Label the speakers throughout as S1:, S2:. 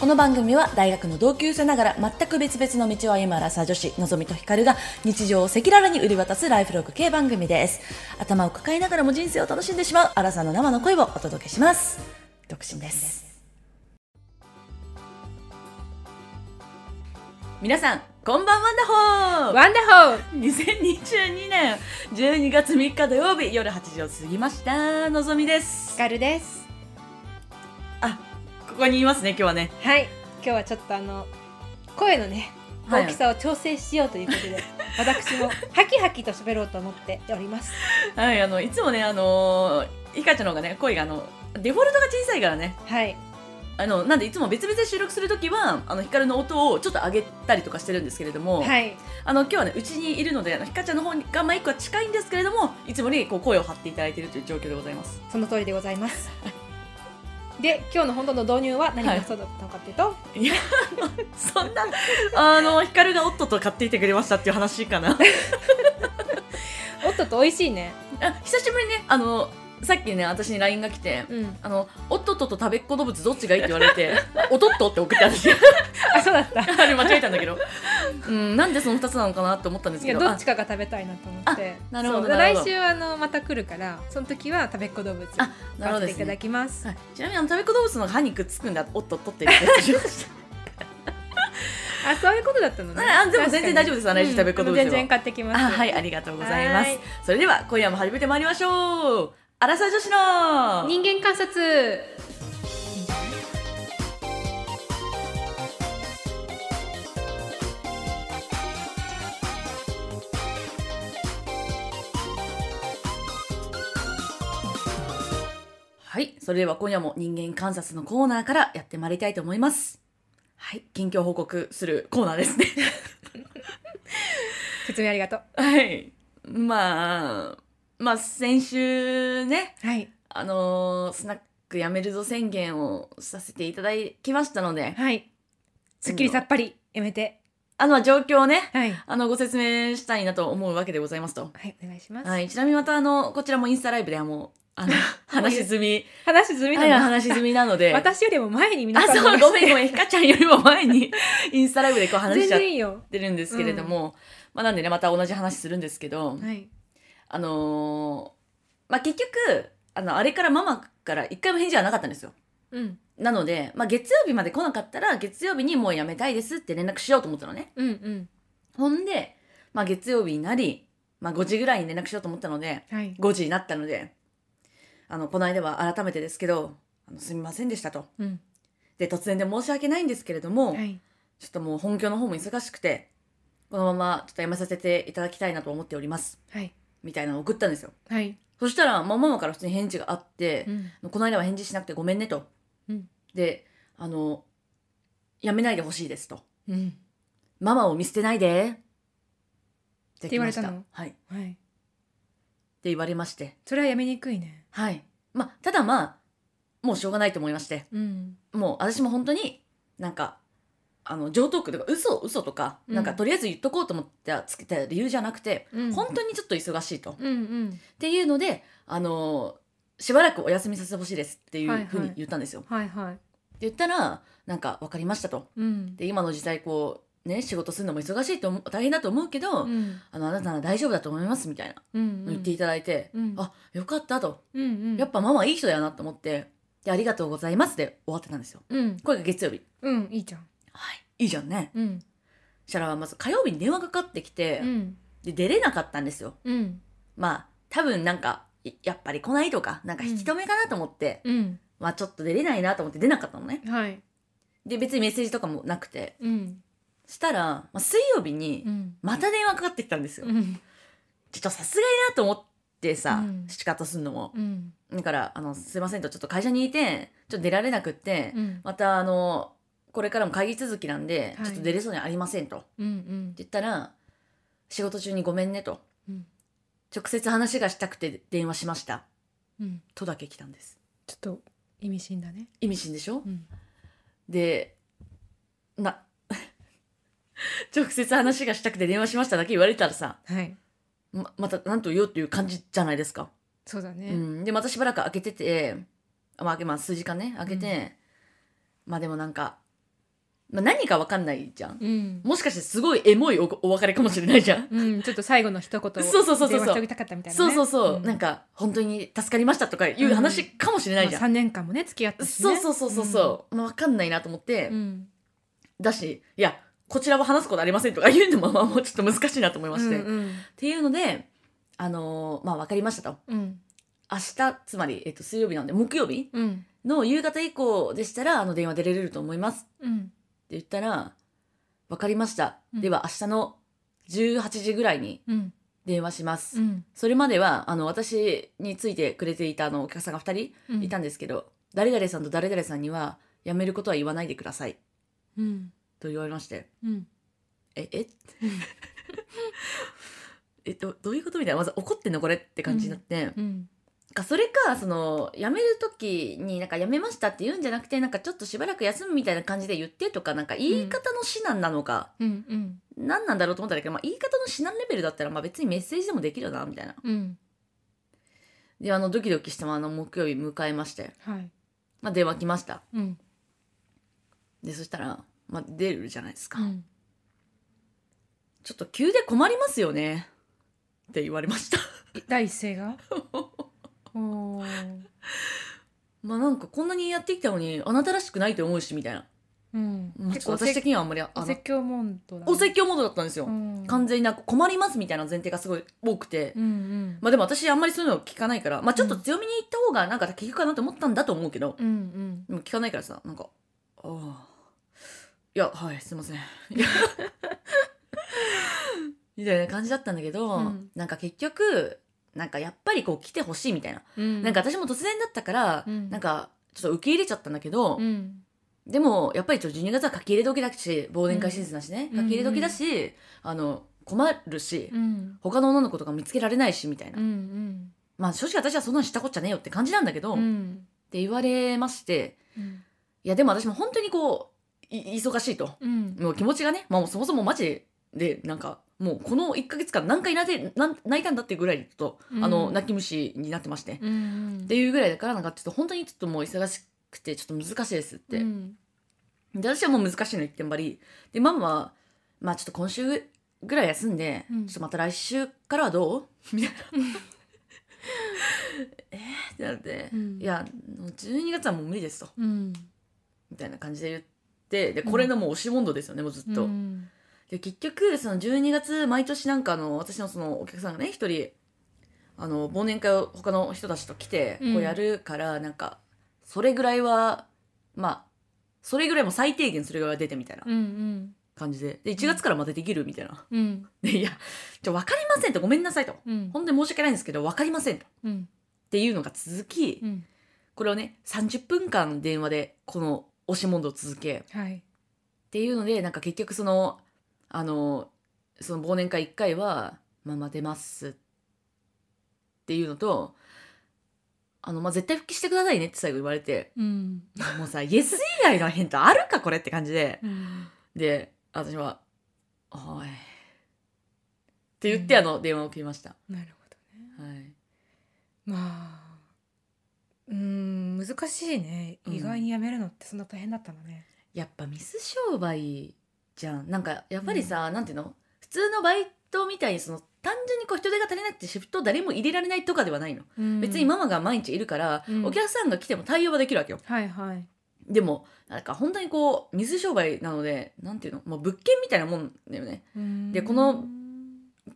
S1: この番組は大学の同級生ながら全く別々の道を歩むアラサー女子のぞみとひかるが日常を赤裸々に売り渡すライフログ系番組です頭を抱えながらも人生を楽しんでしまうアラサーの生の声をお届けします独身です皆さんこんばんワンダホー
S2: ワンダホー
S1: 2022年12月3日土曜日夜8時を過ぎましたのぞみです
S2: ガルです
S1: あここにいますね今日はね
S2: はい今日はちょっとあの声のね
S1: はい
S2: 大きさを調整しようというこ とで、私もハキハキと喋ろうと思っております
S1: はいあのいつもねあのー、いかちゃんの方がね声があのデフォルトが小さいからね
S2: はい
S1: あのなんでいつも別々で収録するときはあの光の音をちょっと上げたりとかしてるんですけれども、
S2: はい
S1: あの今日はねうちにいるのであのひかちゃんの方がマイクは近いんですけれどもいつもよりこう声を張っていただいているという状況でございます
S2: その通りでございますで今日の本当の導入は何がそうだったのかっていうと、
S1: いやあのそんなあの光が夫と買っていてくれましたっていう話か な
S2: おっとっと美味しいね
S1: あ久しぶりにねあのさっきね私に LINE が来て、
S2: うん
S1: あの「おっとっとと食べっ子動物どっちがいい?」って言われ て「おっとっと」って送ったんですよ
S2: あそうだった
S1: あれ 間違えたんだけどうんなんでその2つなのかなって思ったんです
S2: い
S1: け
S2: や
S1: ど
S2: どっちかが食べたいなと思って
S1: あなるほど
S2: そう
S1: なるほど
S2: 来週あのまた来るからその時は食べっ子動物
S1: ああなるほどで
S2: 買って
S1: す
S2: いただ
S1: ね
S2: きます
S1: はい、ちなみにあの食べっ子動物の歯にくっつくんだおっとっとって言って しました
S2: あそういうことだったのね
S1: あでも全然大丈夫です
S2: 確かに
S1: 来週食べっ子動物は
S2: 全然買ってきます
S1: あはいありがとうございま
S2: は
S1: す
S2: い
S1: それでは今夜も始めてまいりましょうアラサー女子の
S2: 人間観察
S1: はいそれでは今夜も人間観察のコーナーからやってまいりたいと思いますはい近況報告するコーナーですね
S2: 説明ありがとう
S1: はいまあまあ先週ね
S2: はい
S1: あのースナックやめるぞ宣言をさせていただきましたので
S2: はいすっきりさっぱりやめて
S1: あの状況をね
S2: はい
S1: あのご説明したいなと思うわけでございますと。
S2: はいお願いします、
S1: はい、ちなみにまたあのこちらもインスタライブではもうあ の話し済み、
S2: 話済み
S1: は
S2: ないの、
S1: 話し済みなので。
S2: 私よりも前に皆
S1: あ、
S2: さん
S1: そう、ごめんごめ
S2: ん
S1: ん、ひかちゃんよりも前に インスタライブでこう話し
S2: 全
S1: ちゃっ
S2: 然いいよ
S1: てるんですけれども、まあなんでね、また同じ話するんですけど、
S2: はい
S1: あのーまあ結局、あの、あれからママから一回も返事はなかったんですよ。
S2: うん
S1: なので、まあ月曜日まで来なかったら、月曜日にもうやめたいですって連絡しようと思ったのね。
S2: うんうん
S1: ほんで、まあ、月曜日になり、まあ、5時ぐらいに連絡しようと思ったので
S2: はい
S1: 5時になったのであのこの間は改めてですけどあのすみませんでしたと
S2: うん
S1: で突然で申し訳ないんですけれども、
S2: はい
S1: ちょっともう本業の方も忙しくてこのままちょっとやめさせていただきたいなと思っております
S2: はい
S1: みたいなのを送ったんですよ
S2: はい
S1: そしたら、まあ、ママから普通に返事があって
S2: う、ん
S1: この間は返事しなくてごめんねと、
S2: うん
S1: であのやめないでほしいですと
S2: うん
S1: ママを見捨てないでって
S2: 言われたの
S1: はい
S2: はい
S1: って言われまして
S2: それはやめにくいね
S1: はいまあただまあもうしょうがないと思いまして
S2: うん
S1: もう私も本当になんかあの上等句とか嘘嘘とか、
S2: うん
S1: なんかとりあえず言っとこうと思ってつけた理由じゃなくて、
S2: うん
S1: 本当にちょっと忙しいと、っ
S2: うんうん
S1: ていうのであのしばらくお休みさせてほしいですっていう
S2: はいはい
S1: ふうに言ったんですよ。
S2: はいはい
S1: で言ったらなんか分かりましたと。
S2: うん
S1: で今の時代こうね仕事するのも忙しいと思う大変だと思うけど、
S2: うん
S1: あのあなたなら大丈夫だと思いますみたいな
S2: うん
S1: の言っていただいて、
S2: うん
S1: あよかったと
S2: うんうん
S1: やっぱママいい人だよなと思って、で、ありがとうございますで終わってたんですよ。
S2: うん
S1: これが月曜日。
S2: うんいいじゃん
S1: はい。いいじゃんね。
S2: うん
S1: そしたら、まず火曜日に電話かかってきて、
S2: うん
S1: で、出れなかったんですよ。
S2: うん
S1: まあ、多分なんか、いやっぱり来ないとか、なんか引き止めかなと思って、
S2: うん
S1: まあちょっと出れないなと思って出なかったのね。
S2: はい
S1: で、別にメッセージとかもなくて。
S2: うん
S1: したら、まあ、水曜日に
S2: う、ん
S1: また電話かかってきたんですよ。
S2: うん
S1: ちょっとさすがになと思ってさ
S2: う、ん
S1: 仕方すんのも。
S2: うん
S1: だから、あの、すいませんと、ちょっと会社にいて、ちょっと出られなくって、
S2: うん
S1: またあのこれからも会議続きなんで、
S2: はい
S1: ちょっと出れそうにありませんとって
S2: うん
S1: 言ったら仕事中にごめんねと
S2: うん
S1: 直接話がしたくて電話しました
S2: うん
S1: とだけ来たんです
S2: ちょっと意味深だね
S1: 意味深でしょ
S2: うん
S1: でな 直接話がしたくて電話しましただけ言われたらさ
S2: はい
S1: ままた何と言おうっていう感じじゃないですか、
S2: そうだ
S1: う
S2: ね
S1: ん、でまたしばらく開けててまあ、まあ、数時間ね開けて、まあでもなんかまあ、何かわかんないじゃん。
S2: うん、
S1: もしかしてすごいエモいおお別れかもしれないじゃん。
S2: うん、ちょっと最後の一言を
S1: そうそうそうそう
S2: 電話しておきたかったみたいな、
S1: そ
S2: ね、
S1: うそうそう、
S2: ん
S1: なんか本当に助かりましたとかいう話かもしれないじゃん、
S2: まあ、3年間もね付き合ったし、ね、
S1: そうそうそうそうそう、まあ、分かんないなと思って、
S2: うん、うん
S1: だしいやこちらは話すことありませんとか言うのもまあもうちょっと難しいなと思いまして、
S2: う
S1: っ
S2: ん
S1: ていうのであのーまあ分かりましたと
S2: うん
S1: 明日つまり、えっと、水曜日なんで木曜日
S2: うん
S1: の夕方以降でしたらあの電話出られると思います
S2: うん
S1: って言ったら「分かりました、
S2: うん
S1: では明日の18時ぐらいに
S2: うん
S1: 電話します」
S2: うん
S1: それまではあの私についてくれていたあのお客さんが2
S2: うん
S1: 人いたんですけど、誰々さんと誰々さんには辞めることは言わないでください
S2: うん
S1: と言われまして
S2: うん
S1: 「ええ えどどういうこと?」みたいなまず怒ってんのこれって感じになって、
S2: うん
S1: かそれかその辞める時になんか辞めましたって言うんじゃなくてなんかちょっとしばらく休むみたいな感じで言ってとかなんか言い方の指南なのか。
S2: うんうん
S1: 何なんだろうと思ったんだけど、まあ、言い方の指南レベルだったら、まあ、別にメッセージでもできるよなみたいな
S2: うん
S1: であのドキドキしたままあの木曜日迎えまして、
S2: はい
S1: まあ、電話来ました
S2: うん
S1: でそしたら、まあ、出るじゃないですか、
S2: うん
S1: ちょっと急で困りますよねって言われました
S2: 第一声がおー
S1: まあなんかこんなにやってきたのにあなたらしくないと思うしみたいな、
S2: うん
S1: まあ、ちょっと
S2: おせ
S1: 私的にはあんまりあ
S2: お
S1: の
S2: 説教モンドだね
S1: お説教モードだったんですよ、
S2: うん
S1: 完全になんか困りますみたいな前提がすごい多くて、
S2: うんうん
S1: まあでも私あんまりそういうの聞かないから、まあ、ちょっと強めに言った方がなんか聞くかなと思ったんだと思うけど、
S2: うんうん
S1: でも聞かないからさなんか「ああいやはいすいません」みたいな感じだったんだけど、
S2: うん
S1: なんか結局なんかやっぱりこう来てほしいみたいな、
S2: うん
S1: なんか私も突然だったから、
S2: うん
S1: なんかちょっと受け入れちゃったんだけど、
S2: うん
S1: でもやっぱりちょっと12月は書き入れ時だし忘年会シーズンだしね、
S2: うん
S1: 書き入れ時だし、あの困るし、
S2: うん
S1: 他の女の子とか見つけられないしみたいな、
S2: うんうん
S1: まあ正直私はそんなのしたこっちゃねえよって感じなんだけど、
S2: う
S1: って
S2: ん
S1: 言われまして
S2: うん
S1: いやでも私も本当にこうい忙しいと
S2: うん
S1: もう気持ちがね、まあ、もうそもそもマジでなんかもうこの1か月間何回泣いてなん泣いたんだっていうぐらいちょっと、
S2: うん
S1: あの泣き虫になってまして、っ
S2: うん
S1: ていうぐらいだからなんかちょっと本当にちょっともう忙しくてちょっと難しいですって、
S2: うん
S1: で私はもう難しいの一点張りでママはまあちょっと今週ぐらい休んで、
S2: うん
S1: ちょっとまた来週からはどう みたいな。えーってなって、
S2: うん
S1: いやもう12月はもう無理ですと
S2: うん
S1: みたいな感じで言ってでこれのもう押し問答ですよね、もうずっと、
S2: うん
S1: で結局その12月毎年なんかあの私のそのお客さんがね一人あの忘年会を他の人たちと来て
S2: うん
S1: こうやるから、なんかそれぐらいはまあそれぐらいも最低限それぐらいは出てみたいな
S2: うん
S1: 感じでで1月からまたできるみたいな
S2: うん
S1: 「でいやちょ分かりません」と「ごめんなさい」と
S2: うん
S1: 「本当に申し訳ないんですけど分かりません」と。
S2: うん
S1: っていうのが続き
S2: うん
S1: これをね30分間電話でこの押し問答を続け
S2: はい
S1: っていうのでなんか結局そのあのその忘年会1回は「まあ、待てます」っていうのと「あのまあ、絶対復帰してくださいね」って最後言われて
S2: うん
S1: もうさイエス以外の返答あるかこれって感じで
S2: うん
S1: で私は「おい」って言って、
S2: うん
S1: あの電話を切りました、
S2: なるほどね
S1: はい、
S2: まあうん難しいね
S1: うん
S2: 意外にやめるのってそんな大変だったのね
S1: やっぱミス商売じゃんなんかやっぱりさ、なんていうの普通のバイトみたいにその単純にこう人手が足りなくてシフト誰も入れられないとかではないの別にママが毎日いるから、
S2: うん
S1: お客さんが来ても対応はできるわけよ
S2: はいはい
S1: でもなんか本当にこう水商売なのでなんていうのもう物件みたいなもんだよねでこの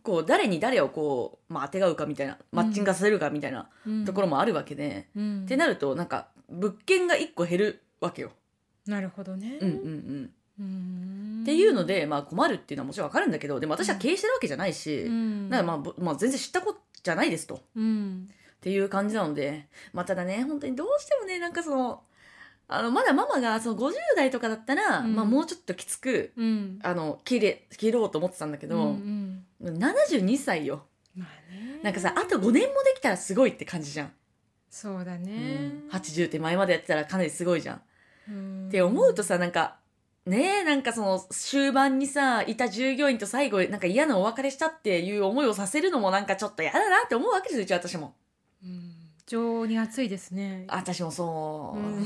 S1: こう誰に誰をこう、まあ、当てがうかみたいなマッチングさせるかみたいなところ
S2: も
S1: もあるわけで、
S2: っ
S1: ってなるとなんか物件が1個減るわけよ、
S2: なるほどね
S1: うんうんうん、
S2: うん
S1: っていうので、まあ、困るっていうのはもちろんわかるんだけどでも私は経営してるわけじゃないし、
S2: うん
S1: だからまあぼ、まあ、全然知ったことじゃないですと。
S2: うん
S1: っていう感じなので、まあ、ただね本当にどうしてもねなんかそのあのまだママがその50代とかだったら、
S2: うん
S1: まあ、もうちょっときつく
S2: うん
S1: あの切れ切ろうと思ってたんだけ
S2: うんう
S1: ど、
S2: ん
S1: 72歳よ
S2: まあね
S1: なんかさあと5年もできたらすごいって感じじゃん、
S2: そうだ
S1: う
S2: ね
S1: ん、80手前までやってたらかなりすごいじゃん。
S2: うん
S1: って思うとさなんかねえなんかその終盤にさいた従業員と最後なんか嫌なお別れしたっていう思いをさせるのもなんかちょっと嫌だなって思うわけですようちは私も。
S2: うん情に熱いですね
S1: 私もそう、
S2: うん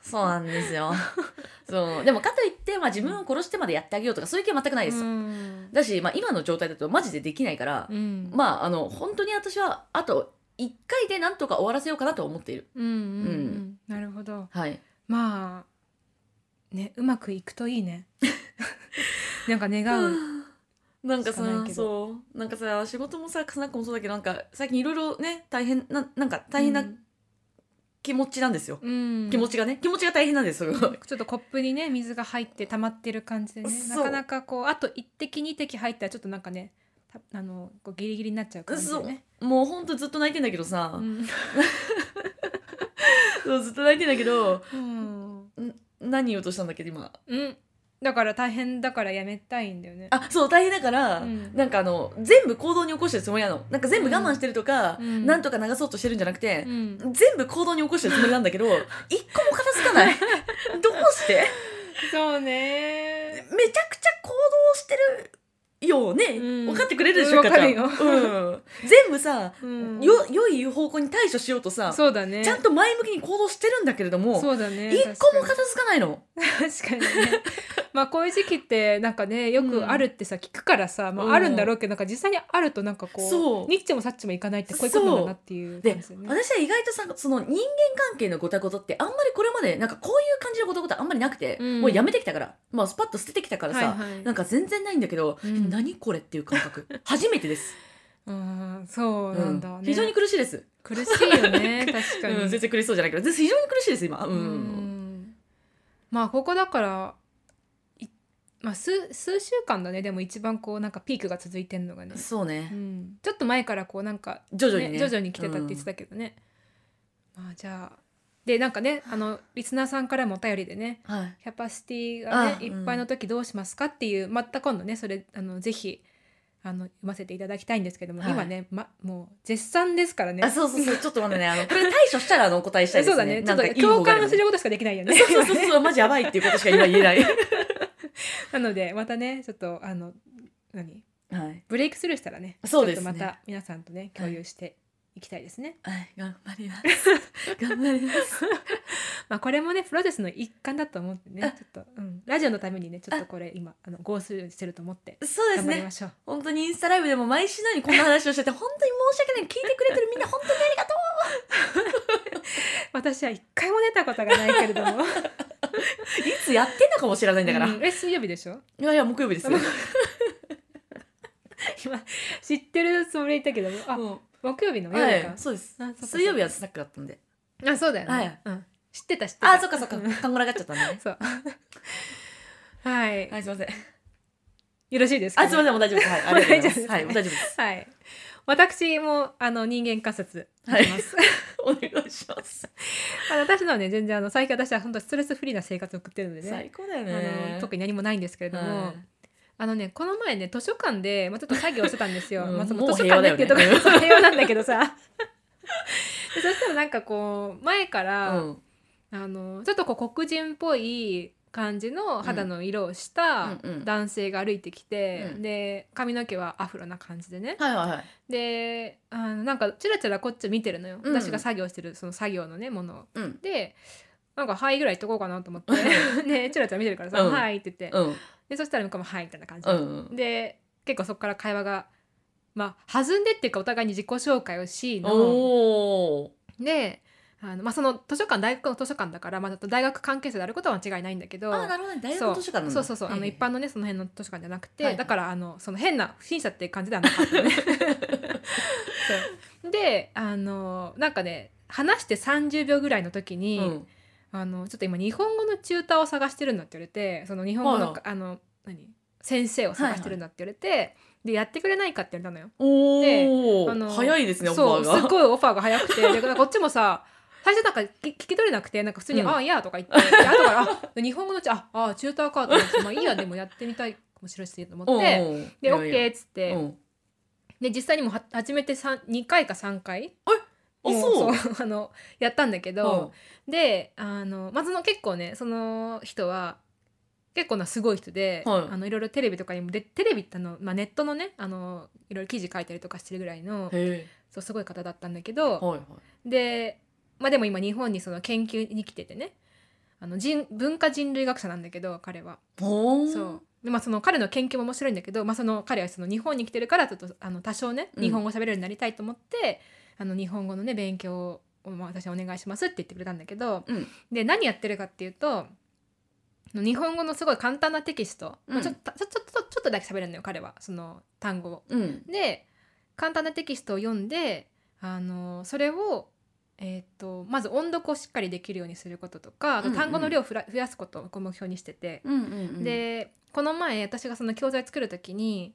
S1: そうなんですよ。そうでもかといって、まあ、自分を殺してまでやってあげようとかそういう気は全くないです、
S2: うん
S1: だし、まあ、今の状態だとマジでできないから、
S2: うん
S1: まああの本当に私はあと1回でなんとか終わらせようかなと思っている
S2: うんうんう
S1: うん
S2: なるほど
S1: はい
S2: まあねうまくいくとい いねなんか願う
S1: なんか
S2: しかな
S1: さ
S2: いけど
S1: そうなんかさ仕事もさスナックもそうだけどなんか最近いろいろね大変ななんか大変な気持ちなんですよ、
S2: うんうん
S1: 気持ちがね気持ちが大変なんですすごい
S2: ちょっとコップにね水が入って溜まってる感じでね
S1: そう
S2: なかなかこうあと1滴2滴入ったらちょっとなんかねたあのこうギリギリになっちゃう感じでね。
S1: もうほんとずっと泣いてんだけどさ
S2: う、ん
S1: そうずっと泣いてんだけど
S2: うん
S1: 何言おうとしたんだっけ今
S2: うんだから大変だからやめたいんだよね。
S1: あそう大変だから、
S2: うん
S1: なんかあの全部行動に起こしてるつもりなのなんか全部我慢してるとか、
S2: うん
S1: なんとか流そうとしてるんじゃなくて
S2: う、ん、
S1: 全部行動に起こしてるつもりなんだ けど一個も片付かないどうして
S2: そうね
S1: めちゃくちゃ行動してるよね、
S2: うん
S1: 分かってくれるでしょ、
S2: う
S1: か
S2: ん
S1: ちゃん
S2: 分か
S1: うん、全部さ、
S2: うん
S1: よ良い方向に対処しようとさ、
S2: そうだね
S1: ちゃんと前向きに行動してるんだけれども、
S2: そうだね
S1: 一個も
S2: 確か
S1: 片付かないの
S2: に確かにね まあこういう時期ってなんかねよくあるってさ聞くからさ、まあ、あるんだろうけどなんか実際にあるとなんかこ
S1: そう
S2: うニッチもサッチもいかないってこういうことなんだなっていう
S1: で、
S2: 感じだね。
S1: 私は意外とさその人間関係のごたごたってあんまりこれまでなんかこういう感じのごたごたあんまりなくて、
S2: うん
S1: もうやめてきたから、まあ、スパッと捨ててきたからさ、
S2: はいはい
S1: なんか全然ないんだけど、
S2: うん
S1: え何これっていう感覚 初めてです、
S2: うんそうなんだね、
S1: うん非常に苦しいです、
S2: 苦しいよ ね確かに、
S1: うん、全然苦しそうじゃないけど全然非常に苦しいです今うん、
S2: うんまあここだからいまあ、数数週間だねでも一番こうなんかピークが続いてんのがね、
S1: そうね
S2: うんちょっと前からこうなんか、
S1: 徐々にね
S2: 徐々に来てたって言ってたけどね、まあじゃあでなんかねあのリスナーさんからもお便りでね
S1: はい
S2: キャパシティが
S1: あ
S2: ねいっぱいの時どうしますかっていう、また今度ねそれあのぜひあの読ませていただきたいんですけども、
S1: はい
S2: 今ね、ま、もう絶賛ですからね
S1: あそうそうそう ちょっとまだねあのこれ対処したらあのお答えしたいです
S2: そ
S1: ね
S2: うだね。ち
S1: な
S2: ょ
S1: ん
S2: っと
S1: かいい
S2: 共
S1: 方があれば
S2: 感することしかできないよ ね。
S1: そうそうそうそうマジやばいっていうことしか今言えない は
S2: なのでまたねちょっとあの何
S1: い、
S2: ブレイクスルーしたらね
S1: そうですね
S2: ちょっとまた皆さんとね共有していきたいですね。
S1: はい、頑張ります 頑張ります
S2: まあこれもねプロセスの一環だと思ってね
S1: あ
S2: ちょっと、うん、ラジオのためにねちょっとこれ今あの合数してると思って
S1: そうです
S2: 頑張り
S1: ね
S2: ましょう。
S1: 本当にインスタライブでも毎週のようにこんな話をしてて本当に申し訳ない聞いてくれてるみんな本当にありがと
S2: 私は一回も出たことがないけれども。
S1: ういつやってんのかもしれないんだから、
S2: うんえ水曜日でしょ。
S1: いやいや木曜日ですよ、
S2: 今知ってるつもりでいたけどもあ
S1: も
S2: 木曜日の
S1: う
S2: 夜か。
S1: はいそうです
S2: あそっかそっか
S1: 水曜日はスナックだったんで
S2: あそうだよね。
S1: はい
S2: うん知ってた知ってた。
S1: あそっかそっか
S2: うん
S1: 勘ごらがっちゃったんでね
S2: そう。はい
S1: は。いすいません
S2: よろしいですか、
S1: あすいませんもう大丈夫ですはいありがとうございます
S2: もう大丈夫ですね
S1: はいもう大丈夫 です
S2: はい。私もあの人間観察
S1: はい
S2: します。
S1: お願いします
S2: あの私のはね全然あの最近私は本当ストレスフリーな生活を送ってるのでね。
S1: 最高だよ
S2: あ
S1: ね
S2: の特に何もないんですけれども、
S1: は
S2: あのねこの前ね図書館で、まあ、ちょっと作業してたんですよ。
S1: うん
S2: まあ、その
S1: もう
S2: 図書館でっていうとこ
S1: 平和だよね
S2: ろ そう平和なんだけどさ。でそしたらなんかこう前か
S1: い
S2: ら、
S1: うん
S2: あのちょっとこう黒人っぽい感じの肌の色をした
S1: うんうん
S2: 男性が歩いてきて、
S1: うん
S2: で髪の毛はアフロな感じでね、
S1: はいはいはい
S2: であのなんかちらちらこっち見てるのよ、
S1: うん
S2: 私が作業してるその作業のねものを
S1: うん
S2: でなんか「はい」ぐらい言っとこうかなと思ってねちらちら見てるからさ「
S1: うん
S2: はい」って言って、
S1: うん
S2: でそしたら向こうも「はい」みたいな感じ
S1: う
S2: で、
S1: ん
S2: で結構そこから会話がまあ弾んでっていうかお互いに自己紹介をしの
S1: おお
S2: であの、まあ、その図書館大学の図書館だから、まあ、大学関係者であることは間違いないんだけど
S1: あなるほどね大学図書館なんだ
S2: そうそうそう、あの
S1: はい
S2: 一般のねその辺の図書館じゃなくて、
S1: はいはい
S2: だからあのその変な不審者っていう感じではなかった のね。そうであのなんかね話して30秒ぐらいの時に、
S1: うん
S2: あのちょっと今日本語のチューターを探してるんだって言われてその日本語の
S1: あら
S2: あの何先生を探してるんだって言われて、でやってくれないかって言われたのよ。
S1: お
S2: あの
S1: お早いですねオフ
S2: そ
S1: ァ
S2: う
S1: ー
S2: す
S1: が
S2: ごいオファーが早くてでなんかこっちもさ最初なんかき聞き取れなくてなんか普通に
S1: う
S2: 「
S1: ん
S2: ああいや」とか言ってで後からあ「日本語のうちああチューターか」と思って「まあいいやでもやってみたいかもしれないし」と思って
S1: うん
S2: で「
S1: いや
S2: OK」
S1: い
S2: っつって、
S1: やうん
S2: で実際にもうは初めて2回か3回
S1: あ
S2: も
S1: そう
S2: そうあのやったんだけど、であのまずの結構ねその人は結構なすごい人で、
S1: はい
S2: あのいろいろテレビとかにもでテレビってあの、まあ、ネットのねあのいろいろ記事書いたりとかしてるぐらいの
S1: うんへ
S2: そうすごい方だったんだけ
S1: え
S2: ど、
S1: はいはい
S2: で、まあ、でも今日本にその研究に来ててねあの人文化人類学者なんだけど彼は。
S1: ほー
S2: そうでまあ、その彼の研究も面白いんだけど、まあ、その彼はその日本に来てるからちょっとあの多少ね
S1: うん
S2: 日本語喋れるようになりたいと思って、あの日本語のね勉強を、まあ、私はお願いしますって言ってくれたんだけど、
S1: うん
S2: で何やってるかっていうとあの日本語のすごい簡単なテキスト、
S1: うん
S2: まあちょっとちょちょっとちょっとだけ喋れるのよ彼はその単語を。
S1: うん
S2: で簡単なテキストを読んであのそれを、えー、とまず音読をしっかりできるようにすることとかあと
S1: うんうん
S2: 単語の量をふら増やすことを目標にしてて、
S1: うんうんうん
S2: でこの前私がその教材作る時に、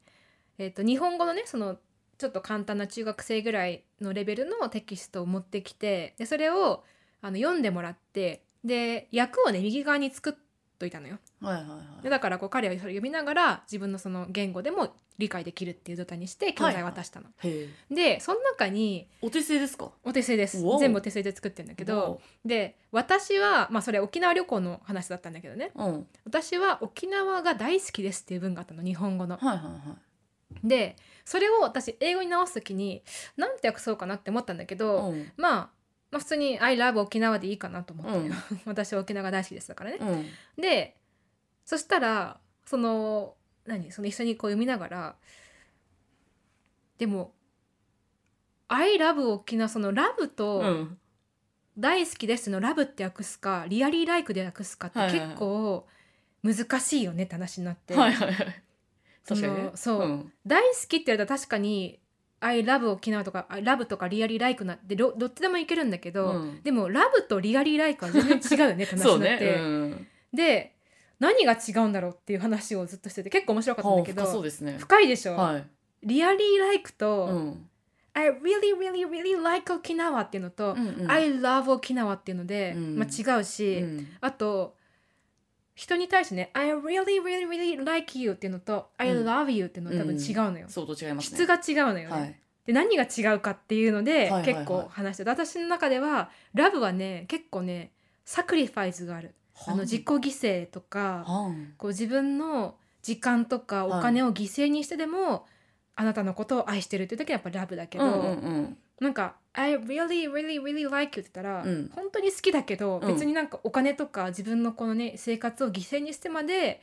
S2: えー、と日本語のねそのちょっと簡単な中学生ぐらいのレベルのテキストを持ってきてでそれをあの読んでもらってで訳をね右側に作っといたのよ。
S1: はいはいはい
S2: でだからこう彼はそれを読みながら自分のその言語でも理解できるっていう状態にして教材を渡したの。
S1: へえ
S2: でその中に
S1: お手製ですか
S2: お手製です
S1: おお
S2: 全部お手製で作ってるんだけどで私はまあそれ沖縄旅行の話だったんだけどね
S1: おうん
S2: 私は沖縄が大好きですっていう文があったの日本語の。
S1: はいはいは
S2: でそれを私英語に直す時になんて訳そうかなって思ったんだけ
S1: い
S2: ど、
S1: うん
S2: まあ、まあ普通に「I love 沖縄」でいいかなと思って、
S1: うん
S2: 私は沖縄が大好きですだからね。
S1: うん
S2: でそしたらその何その一緒にこう読みながらでも「I love 沖縄」その「ラブ」と
S1: う
S2: 「
S1: ん
S2: 大好きですのラブって訳すかリアリーライクで訳すかって
S1: はいはいはい
S2: 結構難しいよねって話になって、
S1: はいはいはい確かにね
S2: そのそうん大好きって言われたら確かに「I love 沖縄」とか「I love」とか「リアリーライク」なってどどっちでもいけるんだけど、
S1: うん
S2: でも「ラブ」と「リアリーライク」は全然違うよ ねって話
S1: そう
S2: にな
S1: ね
S2: っ
S1: う
S2: て、
S1: ん
S2: で何が違うんだろうっていう話をずっとしてて結構面白かったんだ
S1: ほう
S2: けど
S1: 深そうですね
S2: 深いでしょ、
S1: はい
S2: リアリーライクと、
S1: うん
S2: I really really really like 沖縄っていうのと、
S1: うんうん
S2: I love 沖縄っていうので、
S1: うん
S2: まあ、違うし、
S1: うん
S2: あと人に対してね「I really really really like you」っていうのと「I
S1: うん
S2: love you」っていうのは多分違うのよ。
S1: 相当違いますね
S2: 質が違うのよね、
S1: はい
S2: で何が違うかっていうの
S1: い
S2: で、
S1: はいはい
S2: 結構話してた私の中ではラブはね結構ねサクリファイスがあるあの自己犠牲とか
S1: はん
S2: こう自分の時間とかお
S1: はい
S2: 金を犠牲にしてでも、あなたのことを愛してるっていう時はやっぱラブだけど、
S1: うんうんうん
S2: なんか「I really really really like you」って言ったら、
S1: うん
S2: 本当に好きだけど、
S1: うん
S2: 別になんかお金とか自分のこのね生活を犠牲にしてまで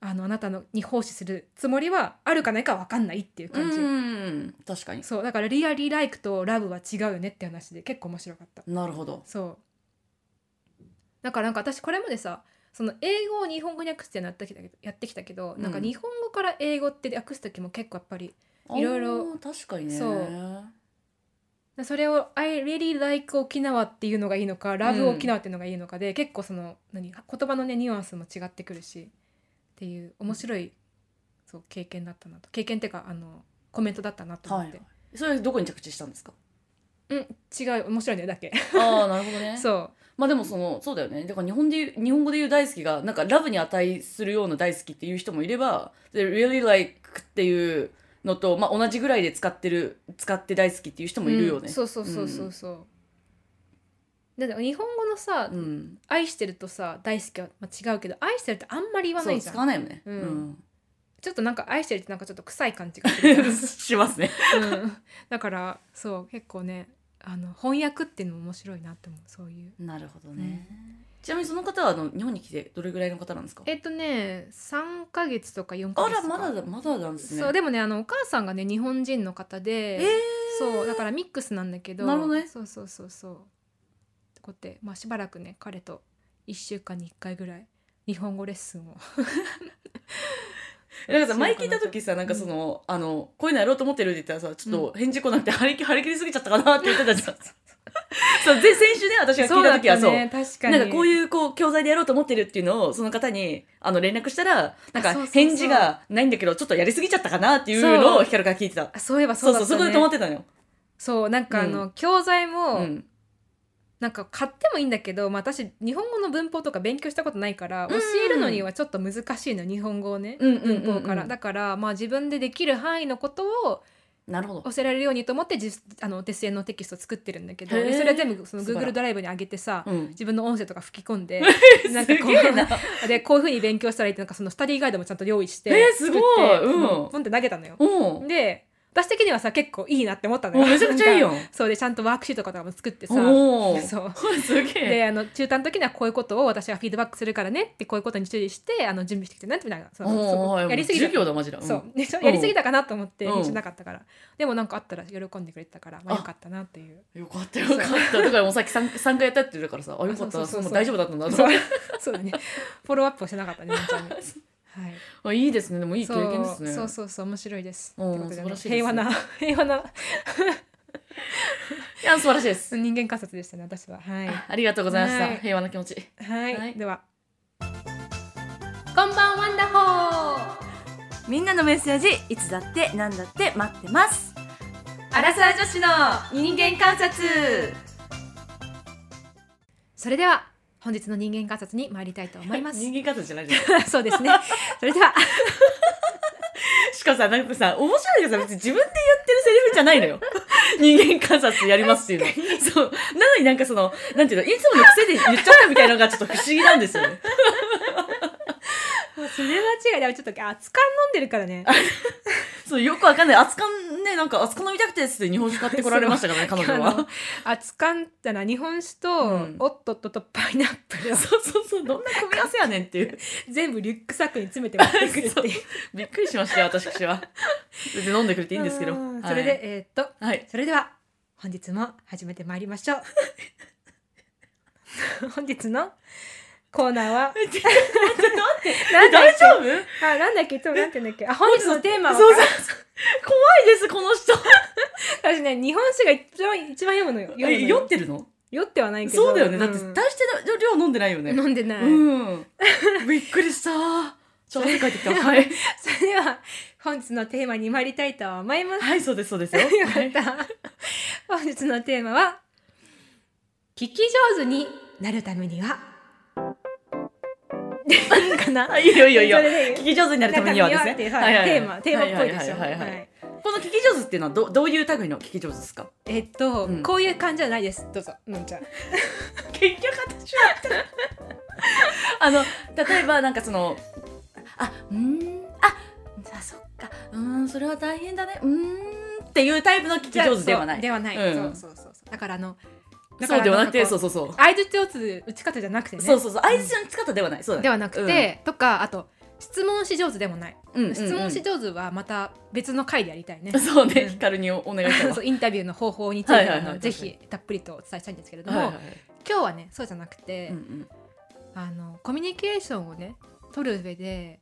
S2: あのあなたのに奉仕するつもりはあるかないか分かんないっていう感じ、
S1: うん確かに
S2: そうだからリアリーライクとラブは違うよねって話で結構面白かった
S1: なるほど
S2: そうだからなんか私これまでさその英語を日本語に訳してやってきたけどやってきたけど、なんか
S1: うん
S2: 日本語から英語って訳す時も結構やっぱりいろいろ
S1: あー確かにね
S2: そうそれを「I really like 沖縄」っていうのがいいのか「love 沖縄」っていうのがいいのかで、結構その何言葉のねニュアンスも違ってくるしっていう面白い、そう経験だったなと経験っていうかあのコメントだったなと
S1: は
S2: 思
S1: い
S2: って、
S1: それどこに着地したんですか
S2: 違う面白いんだよだけ
S1: ああなるほど ね
S2: そう
S1: まあでもそのそうだよねだから日本で言う日本語で言う大好きがなんかラブに値するような大好きっていう人もいればで really like っていうのと、まあ、同じぐらいで使ってる使って大好きっていう人もいるよね、
S2: うんそうそうそうそうそう、だって日本語のさ、
S1: うん
S2: 愛してるとさ大好きは、まあ、違うけど愛してるってあんまり言わな
S1: そう
S2: いじゃ
S1: 使
S2: ん
S1: わないよね、
S2: うんちょっとなんか愛してるってなんかちょっと臭い感じがす
S1: う
S2: るじゃん
S1: んしますね
S2: うん、だからそう結構ねあの翻訳っていうのも面白いなって思うそういう
S1: なるほどね、ちなみにその方はあの日本に来てどれぐらいの方なんですか
S2: えっとね3ヶ月とか4ヶ
S1: あ
S2: 月と
S1: ら
S2: か
S1: まだだまだなんですね
S2: そうでもねあのお母さんがね日本人の方で、
S1: えー
S2: そうだからミックスなんだけど
S1: なるほどね
S2: そうそうそうそうってことで、まあ、しばらくね彼と1週間に1回ぐらい日本語レッスンを
S1: なんかさ前聞いた時さなんかその、あのこういうのやろうと思ってるって言ったらさちょっと返事来なくて張り切張り切りすぎちゃったかなって言ってた じゃんそうで先週ね私が聞いた時はそう
S2: だったね確かに
S1: なんかこういうこう教材でやろうと思ってるっていうのをその方にあの連絡したらなん
S2: あそうそう
S1: か
S2: そう
S1: 返事がないんだけどちょっとやりすぎちゃったかなっていうの
S2: そう
S1: をヒカルから聞いてた
S2: あそういえばそ
S1: そうう
S2: だ
S1: そ
S2: っ
S1: う
S2: た、ね、
S1: そこで止まってたのよ、
S2: そうなんかあの、
S1: う
S2: 教材も、
S1: うん、
S2: なんか買ってもいいんだけど、まあ、私日本語の文法とか勉強したことないから
S1: んう
S2: 教
S1: ん
S2: えるのにはちょっと難しいの日本語をね、
S1: うんうんうんうん
S2: 文法からだから、まあ、自分でできる範囲のことを
S1: なるほど
S2: 教えられるようにと思ってじあのお手製のテキスト作ってるんだけど
S1: へー
S2: それは全部その
S1: 素晴ら
S2: Google ドライブに上げてさ
S1: うん
S2: 自分の音声とか吹き込 んでなんか
S1: す
S2: こ
S1: げえな
S2: う でこういうふうに勉強したらいいってなんかそのスタディガイドもちゃんと用意して
S1: えーすごい
S2: 作って
S1: うん
S2: ポンって投げたのよ。
S1: うん
S2: で私的にはさ結構いいなって思ったの
S1: お
S2: よ
S1: めちゃくちゃいいよ
S2: なんかそうでちゃんとワークシートとかも作ってさ
S1: おお
S2: そう
S1: すげえ
S2: であの中間の時にはこういうことを私はフィードバックするからねってこういうことに注意してあの準備してきてねみたいなその
S1: おお
S2: そうやりすぎ
S1: 授
S2: る
S1: 業だマジだ
S2: そうでしょ
S1: うん
S2: やりすぎたかなと思って
S1: うん
S2: 編集なかったからでもなんかあったら喜んでくれてたからまあ
S1: あ
S2: よかったなっていう
S1: うんよかったよかっただからもうさっき 3, 三回やったって言うからさあよかった
S2: そうそうそうそう
S1: もう大丈夫だったんだと
S2: そう
S1: 思っ
S2: そうだねフォローアップをしてなかったね本当 にはい
S1: てあいいですねでもいい経験ですね
S2: そうそうそうそう面白いです
S1: うん
S2: ってことでね
S1: 素晴らしいですね
S2: 平和な 平和ない
S1: や素晴らしいです
S2: 人間観察でしたね私ははい
S1: ありがとうございました、
S2: はい
S1: 平和な気持ち
S2: はい、
S1: はい
S2: ではこんばんワンダホー
S1: みんなのメッセージいつだってなんだって待ってます
S2: アラサー女子の
S1: 人間観察
S2: それでは本日の人間観察に参りたいと思います
S1: 人間観察じゃないじゃん
S2: そうですねそれでは
S1: しかもさなんかさ面白いけどさ別に自分で言ってるセリフじゃないのよ 人間観察やりますっていうのそうなのになんかそのなんていうのいつもの癖で言っちゃったみたいなのがちょっと不思議なんですよね
S2: もうそれは違いだちょっとあ熱燗飲んでるからね
S1: そうよくわかんない熱燗ねなんか熱燗飲みたくてっつって日本酒買ってこられましたからね彼女
S2: あの
S1: は
S2: 熱燗ってのは日本酒と、
S1: うん
S2: おっとっととパイナップルを
S1: そうそうそうどんな組み合わせやねんっていう
S2: 全部リュックサックに詰めて持って くるっていう
S1: びっくりしましたよ私は別に飲んでくれていいんですけど
S2: うんそれで、えーっと
S1: はい、はい、
S2: それでは本日も始めてまいりましょう 本日のコーナー はなんだっ
S1: 大
S2: け
S1: 丈夫
S2: あなんだっけいつもなんて言うんだっけあ本日のテーマは
S1: そうそうそう怖いですこの人
S2: 私ね日本酒が一番一番読むのよ読むの
S1: え
S2: よ
S1: 酔ってるの
S2: 酔ってはないけど
S1: そうだよねだって
S2: うん
S1: 大して量飲んでないよね
S2: 飲んでない、
S1: うんびっくりしたちょっと汗かいて きたはい
S2: それでは本日のテーマに参りたいと思います
S1: はいそうですそうですよ
S2: よかった。 本日のテーマは、聞き上手になるためには、かな。
S1: はいいいよいいよいいよ
S2: それで
S1: 聞き上手になるためにはですね
S2: 中身
S1: はい
S2: は
S1: は
S2: ってい
S1: いうはい
S2: はいテーマ、テーマっぽいでしょ。
S1: はははは
S2: はい
S1: この聞き上手っていうのはどどういう類の聞き上手ですか
S2: えっと、
S1: うん
S2: こういう感じじゃないです。どうぞ、の んちゃん。
S1: 結局私はあの例えばなんかそのあうーんああそっかうーんそれは大変だねうーんっていうタイプの聞き上手ではない
S2: ではない。
S1: うん
S2: そうそうそう。だからあの、だか
S1: そ
S2: ら
S1: うではなくて
S2: なん
S1: そ
S2: か
S1: うそうそう、
S2: 相槌を打つ打ち方じゃなくてね。
S1: そうそうそう相槌の使方ではないそうだね
S2: ではなくて、とか、あと、質問し上手でもない。
S1: うんうんうん
S2: 質問し上手はまた別の回でやりたいね。
S1: そうね、
S2: うん
S1: ヒカルにお願いしたわ
S2: そうインタビューの方法について
S1: はいはい
S2: あ
S1: はい
S2: のぜひたっぷりとお伝えしたいんですけれども、
S1: はいはいはい
S2: 今日はねそうじゃなくて、
S1: うんうん
S2: あのコミュニケーションをね取る上で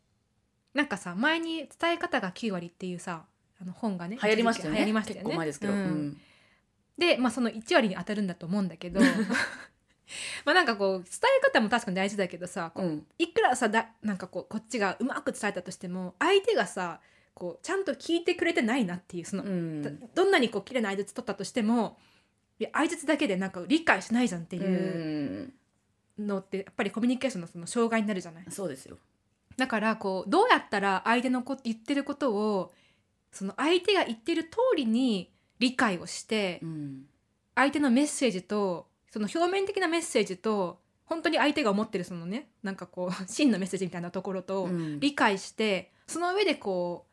S2: なんかさ前に伝え方が9割っていうさあの本がね
S1: 流行りましたよね
S2: 一時期流行りましたよね
S1: 結構前ですけど、
S2: う
S1: うんん
S2: で、まあ、その1割に当たるんだと思うんだ けどまあなんかこう伝え方も確かに大事だけどさこう
S1: うん
S2: いくらさだなんかこうこっちがうまく伝えたとしても相手がさこうちゃんと聞いてくれてないなっていうその
S1: うん
S2: だどんなにこう綺麗な相槌取ったとしてもいや相槌だけでなんか理解しないじゃんっていううのってやっぱりコミュニケーションのその障害になるじゃない。
S1: そうですよ、
S2: だからこうどうやったら相手のこ言ってることをその相手が言ってる通りに理解をして
S1: うん
S2: 相手のメッセージとその表面的なメッセージと本当に相手が思ってるそのねなんかこう真のメッセージみたいなところと
S1: うん
S2: 理解してその上でこ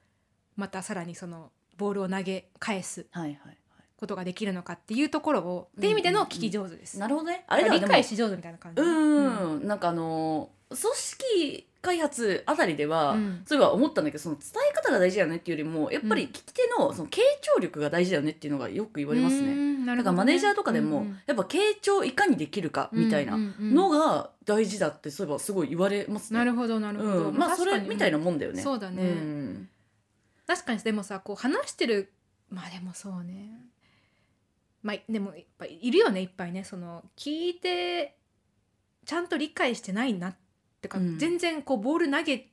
S2: うまたさらにそのボールを投げ返す
S1: はいはいはい
S2: ことができるのかっていうところを、
S1: うん
S2: っていう意味での聞き上手です。
S1: なるほどねあれだ
S2: 理解
S1: し
S2: し上手みたいな感じ。
S1: う
S2: うん
S1: ん、なんかあの組織開発あたりでは、
S2: うん
S1: そういえば思ったんだけどその伝え方が大事だよねっていうよりもやっぱり
S2: うん
S1: 聞き手のその傾聴力が大事だよねっていうのがよく言われます
S2: う
S1: ね。
S2: んな
S1: だ
S2: る
S1: か
S2: ほど
S1: らマ
S2: ね
S1: ネージャーとかでも、
S2: うんうん
S1: やっぱ傾聴いかにできるかみたいな
S2: うんうんうん
S1: のが大事だってそういえばすごい言われますね。
S2: なるほどなるほど。
S1: うん、まあそ
S2: 確か
S1: れ
S2: に
S1: みたいなもんだよね。
S2: そうだね
S1: うん
S2: 確かにでもさこう話してるまあでもそうね。まあでもいっぱいいるよねいっぱいねその聞いてちゃんと理解してないなってか、
S1: うん
S2: 全然こうボール投げ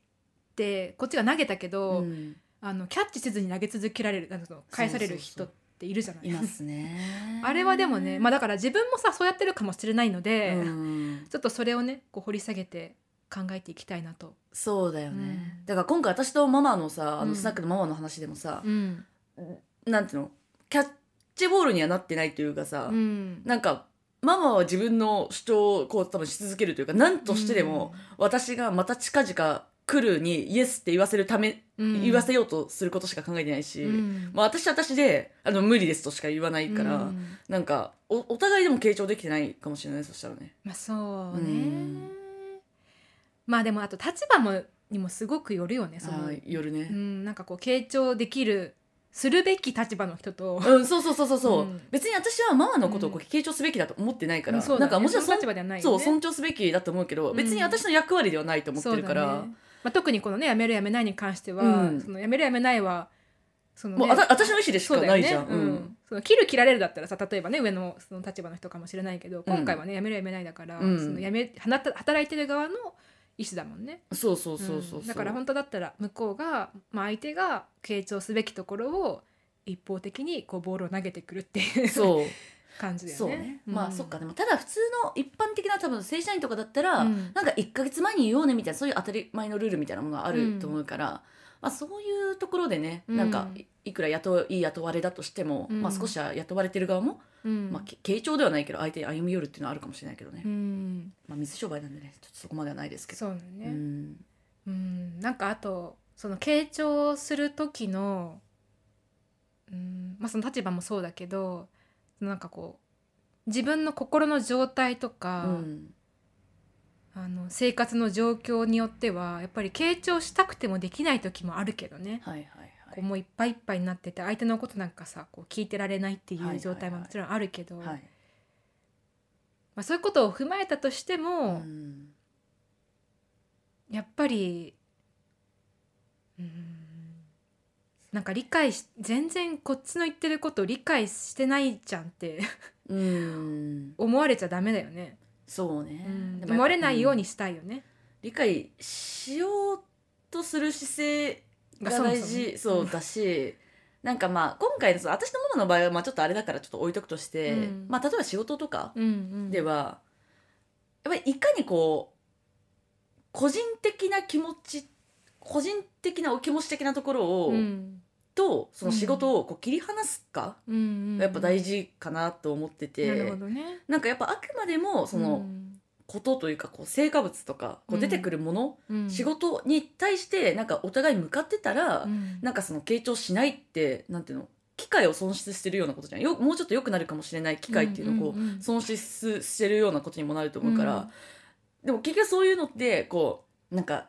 S2: てこっちが投げたけど、
S1: うん
S2: あのキャッチせずに投げ続けられるなんかその返される人っているじゃない
S1: いますね
S2: 。あれはでもね、まあ、だから自分もさそうやってるかもしれないので、
S1: うん
S2: ちょっとそれをねこう掘り下げて考えていきたいなと。
S1: そうだよね、
S2: うん
S1: だから今回私とママのさあ
S2: う
S1: の
S2: ん
S1: スナックのママの話でもさ、
S2: うん
S1: なんていうのキャッチボールにはなってないというかさ、
S2: うん、
S1: なんかママは自分の主張をこう多分し続けるというか何としてでも、私がまた近々来るにイエスって言わせるため、
S2: うん
S1: 言わせようとすることしか考えてないし、
S2: うん
S1: まあ、私は私であの無理ですとしか言わないから、
S2: うん
S1: なんかおお互いでも傾聴できてないかもしれないそしたらね。
S2: まあそう
S1: う
S2: ね、
S1: ん
S2: まあでもあと立場もにもすごくよるよねその
S1: あー夜
S2: う
S1: ね、
S2: ん、なんかこう傾聴できるするべき立場の人と
S1: うん、そうそうそうそうそう、
S2: うん
S1: 別に私はママのことをこう傾聴すべきだと思ってないから、
S2: うんそうだね
S1: なんかもちろん
S2: その
S1: そん
S2: 立場ではないよ
S1: そ
S2: ね
S1: う尊重すべきだと思うけど、
S2: ん
S1: 別に私の役割ではないと思ってるから、
S2: そうだねまあ、特にこのねやめるやめないに関しては、
S1: うん
S2: そのやめるやめないはその、ね、
S1: もうあた私の意思でし
S2: そ
S1: か
S2: うだ
S1: な
S2: よ
S1: い
S2: ね
S1: じゃん。
S2: う
S1: うん
S2: んその切る切られるだったらさ例えばね上のその立場の人かもしれないけど今回はね、やめるやめないだから、
S1: うん
S2: そのやめはなた働いてる側の意思だもんね
S1: そうそうそうそうそう、
S2: んだから本当だったら向こうが、まあ、相手が傾聴すべきところを一方的にこうボールを投げてくるっていうう
S1: そう
S2: 感じだよね。
S1: そうね、
S2: うん
S1: まあそっかでもただ普通の一般的な多分正社員とかだったら、
S2: うん
S1: なんか1か月前に言おうねみたいなそういう当たり前のルールみたいなものがあると思うから、まあ、そういうところでね、
S2: うん
S1: なんかいいくら雇いい雇われだとしても、
S2: うん
S1: まあ、少しは雇われてる側も、
S2: うん
S1: まあ、け傾聴ではないけど相手に歩み寄るっていうのはあるかもしれないけどね、
S2: うん、
S1: まあ、水商売なんでねちょっとそこまではないですけど。
S2: そうだ
S1: う
S2: ね、
S1: ん
S2: うん、なんかあとその傾聴する時の、うんまあ、その立場もそうだけどなんかこう自分の心の状態とか、
S1: うん
S2: あの生活の状況によってはやっぱり傾聴したくてもできない時もあるけどね、
S1: はいはい
S2: こうもういっぱいいっぱいになってて相手のことなんかさこう聞いてられないってい
S1: はいはいう
S2: 状態ももちろんあるけど、
S1: はいはい
S2: まあ、そういうことを踏まえたとして
S1: う
S2: も、
S1: ん
S2: やっぱりうーんなんか理解し全然こっちの言ってることを理解してないじゃんって
S1: うん
S2: 思われちゃダメだよね、
S1: そうね、でもやっぱ
S2: 思われないようにしたいよね、
S1: 理解しようとする姿勢が大事
S2: そもそも
S1: そうだしなんかまあ今回のその私のものの場合はまあちょっとあれだからちょっと置いとくとして、
S2: うん
S1: まあ例えば仕事とか
S2: うんうん、
S1: では、やっぱりいかにこう個人的な気持ち個人的なお気持ち的なところを、
S2: うん
S1: とその仕事をこう切り離すか
S2: うんうんうん、
S1: がやっぱ大事かなと思ってて、
S2: なるほどね
S1: なんかやっぱあくまでもそのことというかこう成果物とかこう出てくるもの、
S2: うんうん
S1: 仕事に対してなんかお互い向かってたら、
S2: うん
S1: なんかその傾聴しないってなんていうの機会を損失してるようなことじゃんよもうちょっと良くなるかもしれない機会っていうのをこ
S2: んんん
S1: う損失してるようなことにもなると思うから、でも結局そういうのってこうなんか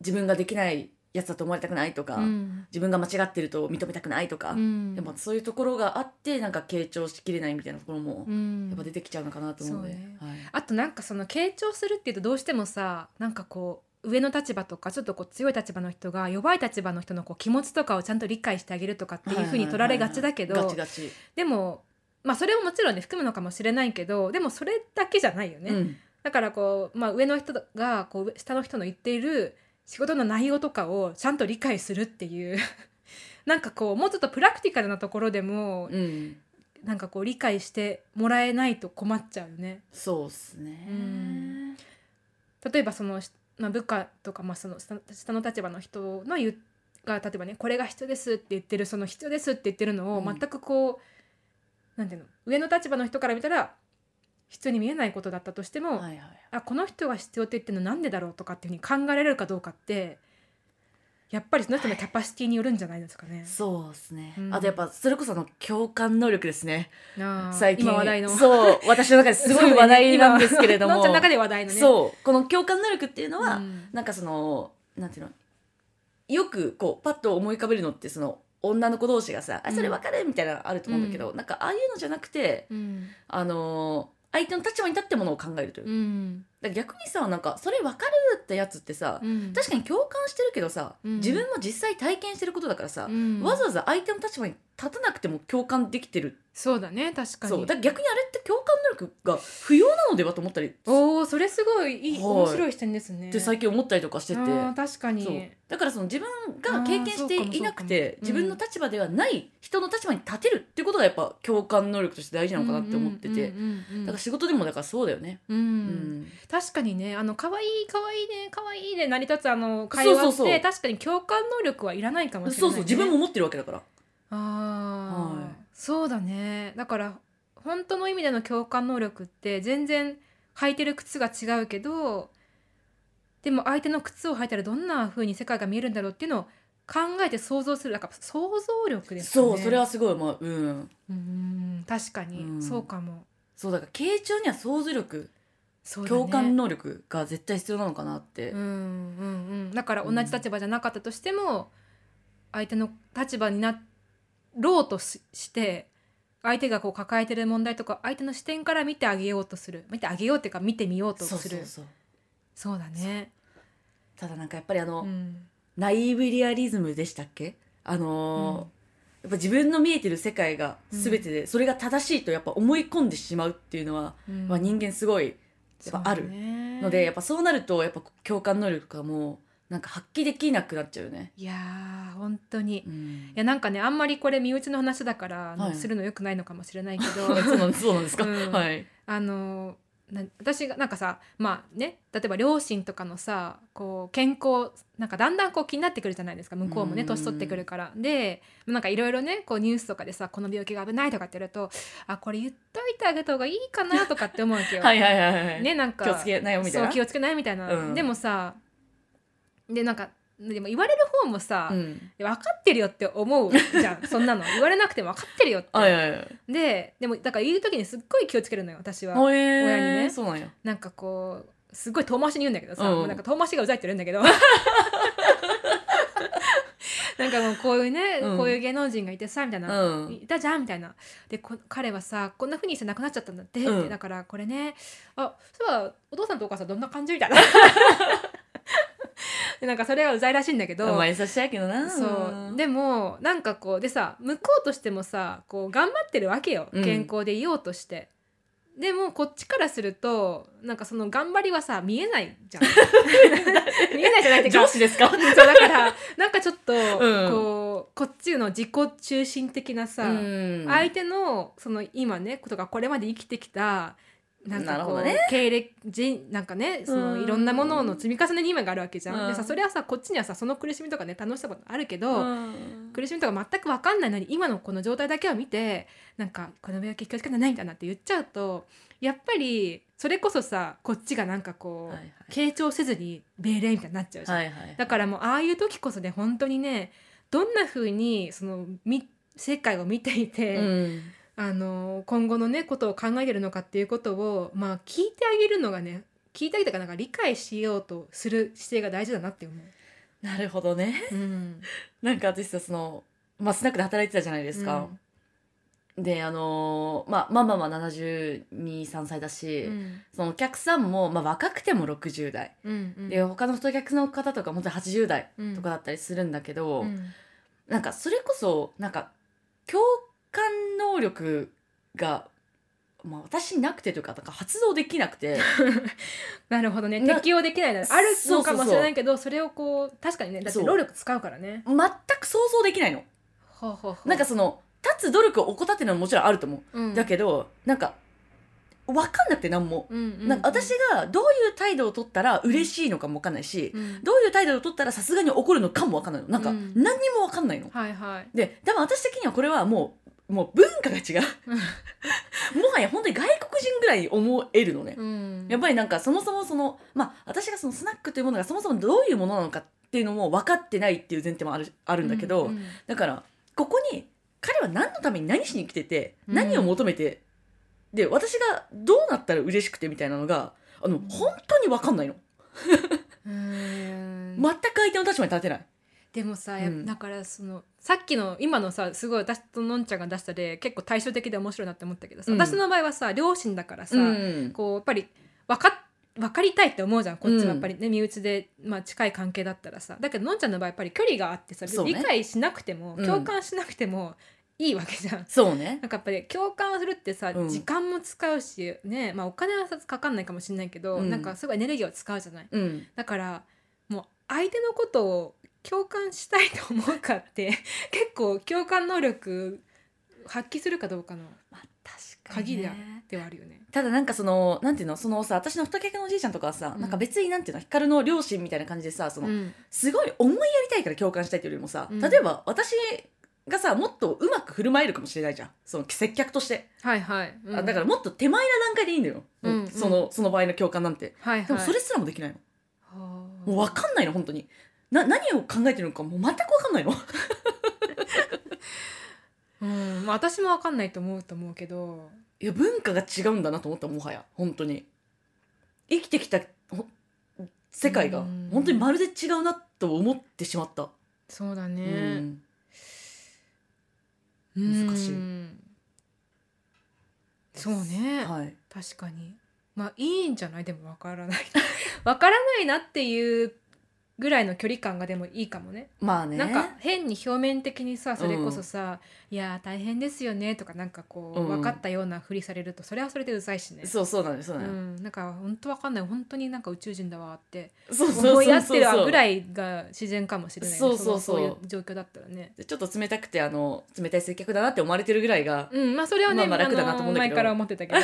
S1: 自分ができないやつだと思われたくないとか、
S2: うん
S1: 自分が間違ってると認めたくないとか、
S2: うん
S1: やっぱそういうところがあってなんか傾聴しきれないみたいなところも
S2: うん
S1: やっぱ出てきちゃうのかなと思うので、
S2: そうね
S1: はい
S2: あとなんかその傾聴するっていうとどうしてもさなんかこう上の立場とかちょっとこう強い立場の人が弱い立場の人のこう気持ちとかをちゃんと理解してあげるとかっていうふうに取られがちだけ
S1: はいは
S2: ど
S1: いはいはいガチガチ、
S2: でもまあそれをもちろんね含むのかもしれないけどでもそれだけじゃないよね。
S1: うん
S2: だからこう、まあ、上の人がこう下の人の言っている仕事の内容とかをちゃんと理解するっていう なんかこうもうちょっとプラクティカルなところでも
S1: うん、
S2: なんかこう理解してもらえないと困っちゃうよね。
S1: そうっすね、
S2: うん例えばその、しまあ、部下とか、まあ、その下下の立場の人の言うが例えばねこれが必要ですって言ってるその必要ですって言ってるのを
S1: うん
S2: 全くこう、なんていうの上の立場の人から見たら必要に見えないことだったとしても、
S1: はいはい
S2: あこの人が必要って言ってるのなんでだろうとかっていうふうに考えられるかどうかってやっぱりその人のキャパシティによるんじゃないですかね。
S1: そうですね、
S2: うん
S1: あとやっぱそれこそあの共感能力ですね
S2: あー
S1: 最近
S2: 今話題の
S1: そう私の中で すごい話題なんですけれども
S2: のんちゃんの中で話題のね。
S1: そうこの共感能力っていうのは、
S2: うん
S1: なんかそのなんていうのよくこうパッと思い浮かべるのってその女の子同士がさ「あそれ分かる?」みたいなのあると思うんだけど、なんかああいうのじゃなくて
S2: うん
S1: あのー相手の立場に立ってものを考えるという、
S2: うん
S1: だから逆にさなんか「それ分かる?」ってやつってさ、
S2: うん
S1: 確かに共感してるけどさ、
S2: うん
S1: 自分も実際体験してることだからさ、
S2: うん
S1: わざわざ相手の立場に立たなくても共感できてる
S2: そうだね確かに
S1: そうだから逆にあれって共感能力が不要なのではと思ったりっ
S2: おおそれすごいいい、
S1: はい
S2: 面白い視点ですね
S1: て最近思ったりとかしてて、
S2: あー確か
S1: そう
S2: に
S1: だからその自分が経験していなくて
S2: あーそう
S1: 自分
S2: かもそうかも
S1: の立場ではない人の立場に立てるっていうことがやっぱ共感能力として大事なのかなって思ってて、
S2: うんうんうんうん
S1: だから仕事でもだからそうだよね。
S2: うん
S1: うん
S2: 確かにねあの可愛い可愛いね可愛いで成り立つあの会話って
S1: そうそうそう
S2: 確かに共感能力はいらないかもしれ
S1: そう
S2: ない、ね、
S1: そう自分も持ってるわけだから
S2: ああ、
S1: はい
S2: そうだねだから本当の意味での共感能力って全然履いてる靴が違うけどでも相手の靴を履いたらどんな風に世界が見えるんだろうっていうのを考えて想像するなんか想像力ですかね
S1: そうそれはすごいもううん
S2: うん確かに、
S1: うん
S2: そうかも
S1: そうだから傾聴には想像力、
S2: そうだね
S1: 共感能力が絶対必要なのかなって、
S2: うんうんうんだから同じ立場じゃなかったとしても、相手の立場になろうとしして相手がこう抱えてる問題とか相手の視点から見てあげようとする見てあげようっていうか見てみようと
S1: そうそ
S2: するそう
S1: うそう
S2: だね
S1: ただなんかやっぱりあの、
S2: うん
S1: ナイーブリアリズムでしたっけあのーやっぱ自分の見えてる世界が全てで、それが正しいとやっぱ思い込んでしまうっていうのは、
S2: うん
S1: まあ、人間すごいやっぱあ
S2: そう
S1: る
S2: だね
S1: ので、やっぱそうなるとやっぱ共感能力がもうなんか発揮できなくなっちゃうよね。
S2: いやー本当に
S1: う
S2: い
S1: ん、
S2: やなんかねあんまりこれ身内の話だから、あの
S1: はい
S2: するのよくないのかもしれないけど
S1: そうなんそうなんですか、
S2: うん
S1: はい。
S2: あのな私がなんかさまあね例えば両親とかのさこう健康なんかだんだんこう気になってくるじゃないですか向こうもね
S1: うん
S2: 年取ってくるからでなんかいろいろねこうニュースとかでさこの病気が危ないとかって言うとあこれ言っといてあげた方がいいかなとかって思うわけよ。
S1: はいはいはいはい。
S2: ねなんか
S1: 気をつけないよみたい
S2: そう
S1: な。
S2: 気をつけないみたいな、
S1: うん
S2: でもさでなんかでも言われる方もさ、
S1: うん。
S2: 分かってるよって思うじゃんそんなの言われなくても分かってるよって、
S1: はいはいはい。
S2: ででもだから言う時にすっごい気をつけるのよ私は
S1: 親
S2: にね
S1: そうなんや。
S2: なんかこうすごい遠回しに言うんだけどさ、
S1: うん
S2: もうなんか遠回しがうざいって言うんだけど なんかもうこういうね、
S1: うん
S2: こういう芸能人がいてさみたいうな、
S1: ん。
S2: いたじゃんみたいなでこ彼はさこんなふうにして亡くなっちゃったんだって、
S1: うん
S2: ってだからこれねあそういえばお父さんとお母さんどんな感じみ たいなでなんかそれはうざいらしいんだけど、
S1: まあ優しいやけどな。
S2: そう
S1: で、
S2: でもなんかこうでさ向こうとしてもさこう頑張ってるわけよ
S1: うん
S2: 健康でいようとして、でもこっちからするとなんかその頑張りはさ見えないじゃん 見えないじゃないっていう
S1: 上
S2: か
S1: 司です か。
S2: そうだからなんかちょっと、
S1: ん
S2: こうこっちの自己中心的なさ、
S1: うん
S2: 相手のその今ねとかこれまで生きてきたなん
S1: な
S2: か
S1: る
S2: こ
S1: ほ
S2: う、
S1: どね
S2: 経歴人なんかねそうの
S1: ん
S2: いろんなものの積み重ねに今があるわけじゃん。
S1: うん
S2: でさそれはさこっちにはさその苦しみとかね楽しさもあるけど、
S1: うん
S2: 苦しみとか全く分かんないのに今のこの状態だけを見てなんかこの病気気をつけてないんだなって言っちゃうとやっぱりそれこそさこっちがなんかこう、
S1: はいはい
S2: 傾聴せずに命令みたいになっちゃうじゃん。
S1: はいはい。
S2: だからもうああいう時こそね本当にねどんな風にそのみ世界を見ていて、
S1: うん
S2: あの今後のねことを考えてるのかっていうことをまあ聞いてあげるのがね聞いてあげたかなんか理解しようとする姿勢が大事だなって思う。
S1: なるほどね。
S2: うん、
S1: なんか私さそのまあスナックで働いてたじゃないですか。であのーまあママは723歳だし、
S2: うん。うん
S1: そのお客さんも、まあ、若くても60代、
S2: うんうん
S1: で他の太客の方とか本当に80代とかだったりするんだけど、
S2: うん
S1: なんかそれこそなんか共感能力が、まあ、私になくてというかなんか発動できなく て
S2: なるほどね
S1: な
S2: 適用できないなら
S1: そう
S2: ある
S1: そうそ
S2: の
S1: う
S2: かもしれないけどそれをこう確かにねだって
S1: そう
S2: 労力使うからね
S1: 全く想像できないの。
S2: ほうほうほう
S1: なんか、その立つ努力を怠ってるのはもちろんあると思う。
S2: うん、
S1: だけどなんか分かんなくて何も。
S2: うんうんうん
S1: なんか私がどういう態度を取ったら嬉しいのかも分かんないし、
S2: うん
S1: どういう態度を取ったらさすがに怒るのかもわかんないの。なんか、
S2: うん
S1: 何にもわかんないの。
S2: はいはい
S1: で、多分私的にはこれはもう、もう文化が違う。もはや本当に外国人ぐらい思えるのね。
S2: うん
S1: やっぱりなんかそもそもその、まあ私がそのスナックというものがそもそもどういうものなのかっていうのも分かってないっていう前提もある、あるんだけど、
S2: うう
S1: だから、ここに彼は何のために何しに来てて、
S2: うん
S1: 何を求めて、で、私がどうなったら嬉しくてみたいなのが、あの、
S2: うん
S1: 本当に分かんないの。
S2: うーん
S1: 全く相手の立場に立てない。
S2: でもさ、やっ
S1: うん
S2: だからそのさっきの今のさすごい私とのんちゃんが出したで結構対照的で面白いなって思ったけどさ、
S1: うん
S2: 私の場合はさ両親だからさ、
S1: うん
S2: こうやっぱり分かっ分かりたいって思うじゃんこっちもやっぱりね、身内で、まあ、近い関係だったらさだけどのんちゃんの場合やっぱり距離があってさ、
S1: そうね
S2: 理解しなくても
S1: うん
S2: 共感しなくてもいいわけじゃん。
S1: そうね。
S2: なんかやっぱり共感をするってさ、
S1: うん
S2: 時間も使うしね、まあ、お金はさかかんないかもしれないけど、
S1: うん
S2: なんかすごいエネルギーを使うじゃない
S1: うん。
S2: だからもう相手のことを共感したいと思うかって 結構共感能力発揮するかどうかの
S1: まあ、確
S2: 鍵だ
S1: だ
S2: ではあるよね。
S1: ただなんかそのなんていうのそのさ私の太客のおじいちゃんとかはさ、
S2: うん
S1: なんか別になんていうの光の両親みたいな感じでさその、
S2: うん
S1: すごい思いやりたいから共感したいというよりもさ、
S2: うん
S1: 例えば私がさもっとうまく振る舞えるかもしれないじゃんその接客として、
S2: はいはい、、
S1: あだかららもっと手前な段階でいいのよ、
S2: うん
S1: そのその場合の共感なんて
S2: はいはい、
S1: でもそれすらもできないの、
S2: は
S1: もう分かんないの本当にな何を考えてるのかもう全く分かんないの
S2: うんまあ、私も分かんないと思うと思うけど
S1: いや文化が違うんだなと思ったもはや本当に生きてきたほ世界が
S2: うん
S1: 本当にまるで違うなと思ってしまった、
S2: そうだ
S1: う
S2: ね、
S1: ん、
S2: うん
S1: 難し
S2: そうね、
S1: はい
S2: 確かにまあいいんじゃないでも分からない 分からないなっていうぐらいの距離感がでもいいかもね
S1: まあね
S2: なんか変に表面的にさそれこそさ「いやー大変ですよね」とかなんかこう、
S1: うん
S2: 分かったようなふりされるとそれはそれでうざいしね。
S1: そうそうなんですそう
S2: う
S1: なんです、
S2: ん、なんか本当わかんない本当になんか宇宙人だわって
S1: そうそうそうそう
S2: 思い合ってるわぐらいが自然かもしれないよね
S1: そうそうそう
S2: のそういう状況だったらね
S1: でちょっと冷たくてあの冷たい接客だなって思われてるぐらいが、
S2: うんまあそれはね、
S1: まあまあ楽だなと思うんだけど
S2: あの前から思っ てたけど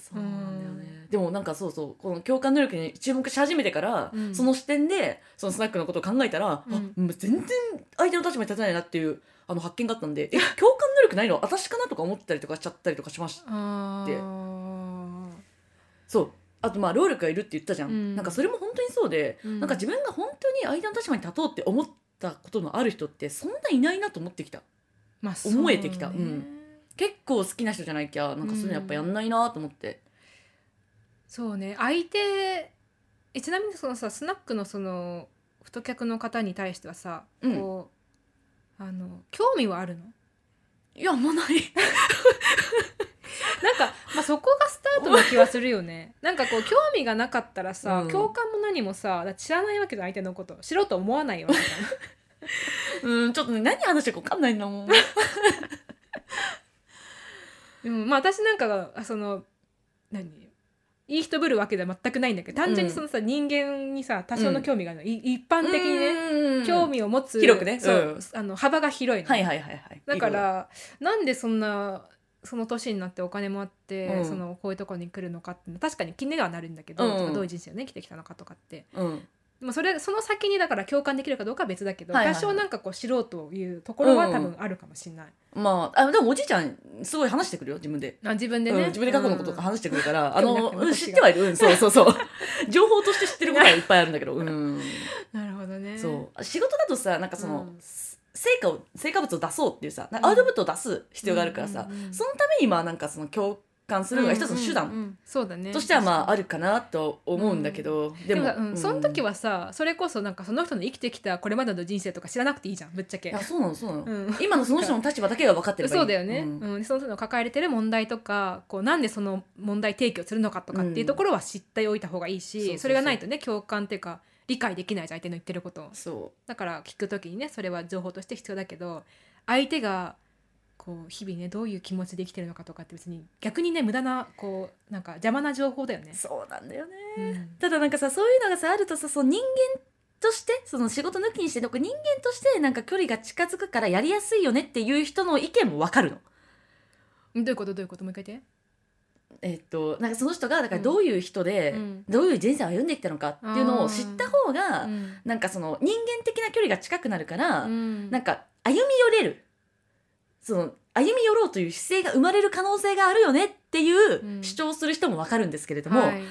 S1: そうなんだよねでもなんかそうそうこの共感能力に注目し始めてから、
S2: うん
S1: その視点でそのスナックのことを考えたら、
S2: うん
S1: あもう全然相手の立場に立たないなっていうあの発見があったんでえ共感能力ないの私かなとか思ったりとかしちゃったりとかしました
S2: あー
S1: そうあとまあ労力がいるって言ったじゃん、
S2: うん
S1: なんかそれも本当にそうで、
S2: うん
S1: なんか自分が本当に相手の立場に立とうって思ったことのある人ってそんないないなと思ってきた
S2: まあそう
S1: 思えてきた
S2: ね
S1: うん結構好きな人じゃないきゃなんかそういうのやっぱやんないなと思って、
S2: そうね相手えちなみにそのさスナックのその太客の方に対してはさ、
S1: うん
S2: こうあの興味はあるの
S1: いやあんまない
S2: なんか、まあ、そこがスタートな気はする よねなんかこう興味がなかったら
S1: う
S2: さ、
S1: ん
S2: 共感も何もさだから知らないわけじゃん相手のこと知ろうと思わないわけじ
S1: うん、ちょっとね、何話してるか分かんないんだもん。
S2: ゃん、うん、まあ私なんかがあその何いい人ぶるわけでは全くないんだけど単純にそのさ、人間にさ多少の興味があるの、い一般的にね、
S1: ね
S2: 興。味を持つ
S1: 広くね
S2: そう、
S1: うん
S2: あの幅が広いの、
S1: はいはいはいはい。
S2: だからなんでそんなその年になってお金もあって、
S1: うん
S2: そのこういうところに来るのかって確かに気にはなるんだけど、
S1: うんうん
S2: とかどういう人生をね来てきたのかとかって
S1: いいこと、うん。
S2: でもそれその先にだから共感できるかどうかは別だけど、
S1: はいはいはい
S2: 多少なんかこう知ろうというところは
S1: うん
S2: 多分あるかもしれない、
S1: まあ、あ、でもおじいちゃん、すごい話してくるよ、自分で。
S2: あ自分で
S1: う
S2: ね、
S1: ん自分で過去のこととか話してくるから、あ
S2: 興味
S1: の、
S2: なくて
S1: うん、
S2: 私が
S1: 知ってはいる。うん、そうそう そう。情報として知ってることはいっぱいあるんだけど、うん。
S2: うんなるほどね
S1: そう。仕事だとさ、なんかその、
S2: うん
S1: 成果を、成果物を出そうっていうさ、なん
S2: う
S1: か
S2: ん
S1: アウトプットを出す必要があるからさ、
S2: うんうんうん
S1: そのためにまあなんかその共感するのが一つの手
S2: うん
S1: 段
S2: うんうんそうだね
S1: としてはまああ
S2: る
S1: るかなと思うんだけど、
S2: でもうん
S1: うん
S2: その時はさそれこそなんかその人の生きてきたこれまでの人生とか知らなくていいじゃんぶっちゃ
S1: い
S2: け
S1: や、そうなの、そうなの。
S2: うん
S1: 今のその人の立場だけが分かってればいい
S2: そうだよね、
S1: ん
S2: うんその人の抱えてる問題とかこうなんでその問題提起をするのかとかっていうところは知っておいた方がいいし、
S1: うんそうそうそう
S2: それがないとね共感っていうか理解できないじゃん相手の言ってることを
S1: そ
S2: だから聞く時にねそれは情報として必要だけど相手がこう日々ねどういう気持ちで生きてるのかとかって別に逆にね無駄なこうなんか邪魔な情報だよね
S1: う。そうなんだよね、
S2: うん
S1: ただなんかさそういうのがさあるとさそう人間としてその仕事抜きにして人間としてなんか距離が近づくからやりやすいよねっていう人の意見も分かるの。
S2: どういうことどういうこともう一回言っ
S1: えっとなんかその人がだからどういう人で、
S2: うん
S1: どういう人生を歩んできたのかっていうのを知った方
S2: て。
S1: が、なんかその人間的な距離が近くなるから、
S2: うん
S1: なんか歩み寄れるその歩み寄ろうという姿勢が生まれる可能性があるよねっていう
S2: うん
S1: 主張する人も分かるんですけれども、
S2: はい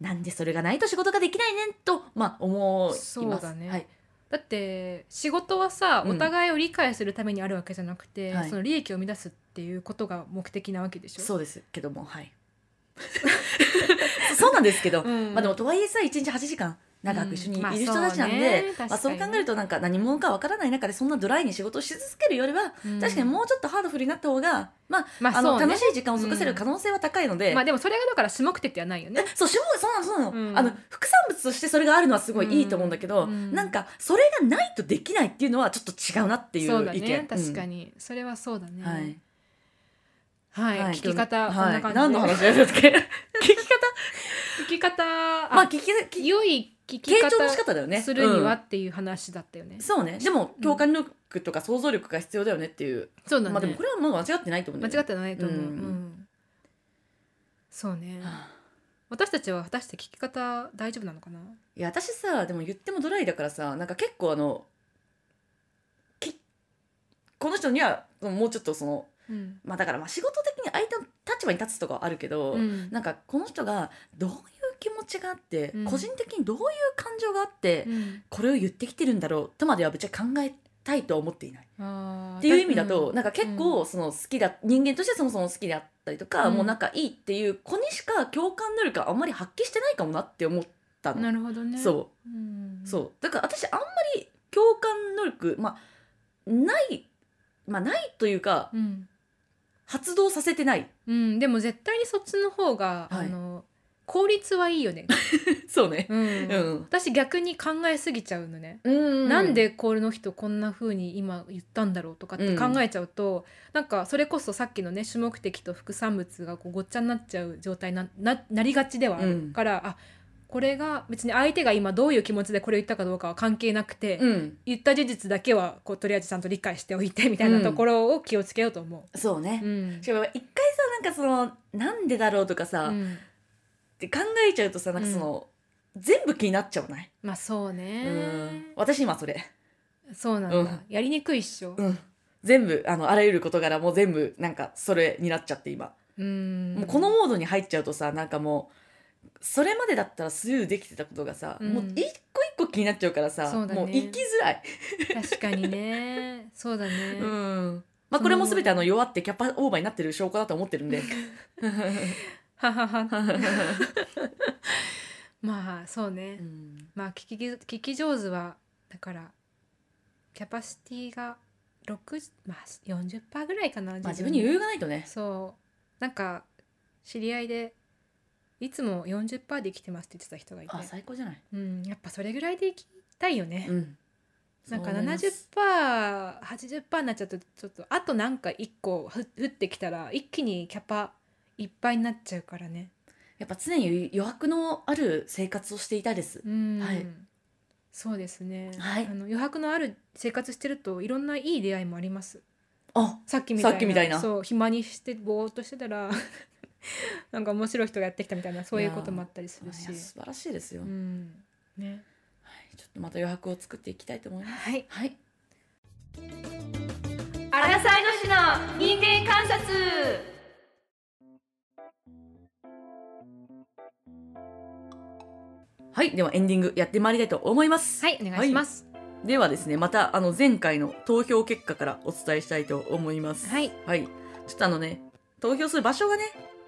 S1: なんでそれがないと仕事ができないねんと、まあ、思います。
S2: そうだね
S1: はい、
S2: だって仕事はさ、
S1: うん
S2: お互いを理解するためにあるわけじゃなくて、
S1: はい
S2: その利益を生み出すっていうことが目的なわけでしょ。
S1: そうですけども、はい。 そうなんですけど、
S2: うん
S1: まあでもとはいえさ、1日8時間長く一緒にいる人たちなんで、
S2: うんまあ
S1: まあ、
S2: そ
S1: そうう
S2: ね
S1: 考えるとなんか何者かわからない中でそんなドライに仕事をし続けるよりは、
S2: うん
S1: 確かにもうちょっとハードフルになった方が、まあ、
S2: まあ
S1: あの
S2: そうね
S1: 楽しい時間を過ごせる可能性は高いので、
S2: まあでもそれがだから主目的ではないよね。
S1: そう、種類そうなの、そうなの、
S2: うん
S1: あの、副産物としてそれがあるのはすごいいいと思うんだけど、
S2: うんうん
S1: なんか、それがないとできないっていうのはちょっと違うなっていう意見。
S2: そうだね確か
S1: に。
S2: に、それはそうだね。
S1: はい。
S2: はい
S1: はい
S2: 聞き
S1: は
S2: 方、
S1: い
S2: そんな感じで
S1: 何の話だよ だっけ聞き方
S2: 聞き方あ、
S1: まあ聞き聞き
S2: 良い聞き
S1: 傾
S2: 方
S1: 聴の仕方だよね
S2: するには
S1: うん
S2: っていう話だったよね。
S1: そうねでも
S2: うん
S1: 共感能力とか想像力が必要だよねっていう、
S2: そうだね。
S1: まあでもこれはもう間違ってないと思うんだ
S2: 間違
S1: よ
S2: っ
S1: ね
S2: てないと思う。
S1: うん
S2: うんそうね。
S1: はあ
S2: 私たちは果たして聞き方大丈夫なのかな。
S1: いや私さでも言ってもドライだからさなんか結構あのきこの人にはもうちょっとその
S2: うん。
S1: まあだからまあ仕事的に相手の立場に立つとかはあるけど、
S2: うん
S1: なんかこの人がどういう気持ちがあって、
S2: うん
S1: 個人的にどういう感情があって、
S2: うん
S1: これを言ってきてるんだろうとまではぶっちゃけ考えたいとは思っていない。
S2: あー
S1: っていう意味だと、
S2: うん
S1: なんか結構その好きだ人間としてそもそも好きであったりとか、
S2: うん
S1: もう仲いいっていう子にしか共感能力があんまり発揮してないかもなって思ったの。
S2: なるほどね、
S1: そう
S2: ん
S1: う、そうだから私あんまり共感能力まあないまあないというか、
S2: うん、
S1: 発動させてない。
S2: うん、でも絶対にそっちの方が、
S1: はい
S2: あの効率はいいよね、
S1: そうね。
S2: うん
S1: うん
S2: 私逆に考えすぎちゃうのね、
S1: うん
S2: なんでこの人こんな風に今言ったんだろうとかって考えちゃうと、なんかそれこそさっきのね主目的と副産物がこうごっちゃになっちゃう状態になななりがちではあるから、あこれが別に相手が今どういう気持ちでこれを言ったかどうかは関係なくて、
S1: うん
S2: 言った事実だけはこうとりあえずちゃんと理解しておいてみたいなところを気をつけようと思
S1: そうね
S2: う。、うん
S1: しかも一回さなんかそのなんでだろうとかさ、
S2: う
S1: っ
S2: ん
S1: て考えちゃうとさなんかその、全部気になっちゃわない、
S2: まあそうね、
S1: うん私今それ、
S2: そうなんだ、
S1: うん
S2: やりにくいっしょ、
S1: うん、全部あのあらゆる事柄も全部なんかそれになっちゃって今、
S2: うん
S1: もうこのモードに入っちゃうとさなんかもうそれまでだったらスルーできてたことがさ、
S2: うん
S1: もう一個一個気になっちゃうからさ
S2: そうだね
S1: もう生きづらい、
S2: 確かにねそうだね、
S1: うんまあ、これも全てあの弱ってキャパオーバーになってる証拠だと思ってる んで
S2: はははまあそうね、
S1: うん
S2: まあ聞き聞き上手はだからキャパシティが6まあ40%ぐらいかな
S1: まあ自分に余
S2: う
S1: 裕がないとね
S2: そうなんか知り合いでいつも40%で生きてますって言ってた人がいて
S1: あ、最高じゃない、
S2: うん、やっぱそれぐらいで生きたいよね、
S1: うん、
S2: なんか
S1: そう思います
S2: 70%80% になっちゃうとちょっとあとなんか1個ふ降ってきたら一気にキャパいっぱいになっちゃうからね
S1: やっぱ常に余白のある生活をしていたいです。
S2: うん、
S1: はい
S2: そうですね、
S1: はい
S2: あの余白のある生活してるといろんないい出会いもあります
S1: あ、
S2: さっきみたいな
S1: さっきみたいな
S2: そう暇にしてぼーっとしてたら なんか面白い人がやってきたみたいなそういうこともあったりす
S1: い
S2: る
S1: や
S2: し
S1: 素晴らしいですよ、
S2: う
S1: は
S2: んね
S1: い。ちょっとまた余白を作っていきたいと思います。
S2: はい
S1: はい。
S2: アラサイの市の人間観察
S1: はい、ではエンディングやってまいりたいと思います。
S2: はいお願いします
S1: ではですね、またあの前回の投票結果からお伝えしたいと思います。
S2: はい、
S1: はい。ちょっとあのね、投票する場所がね、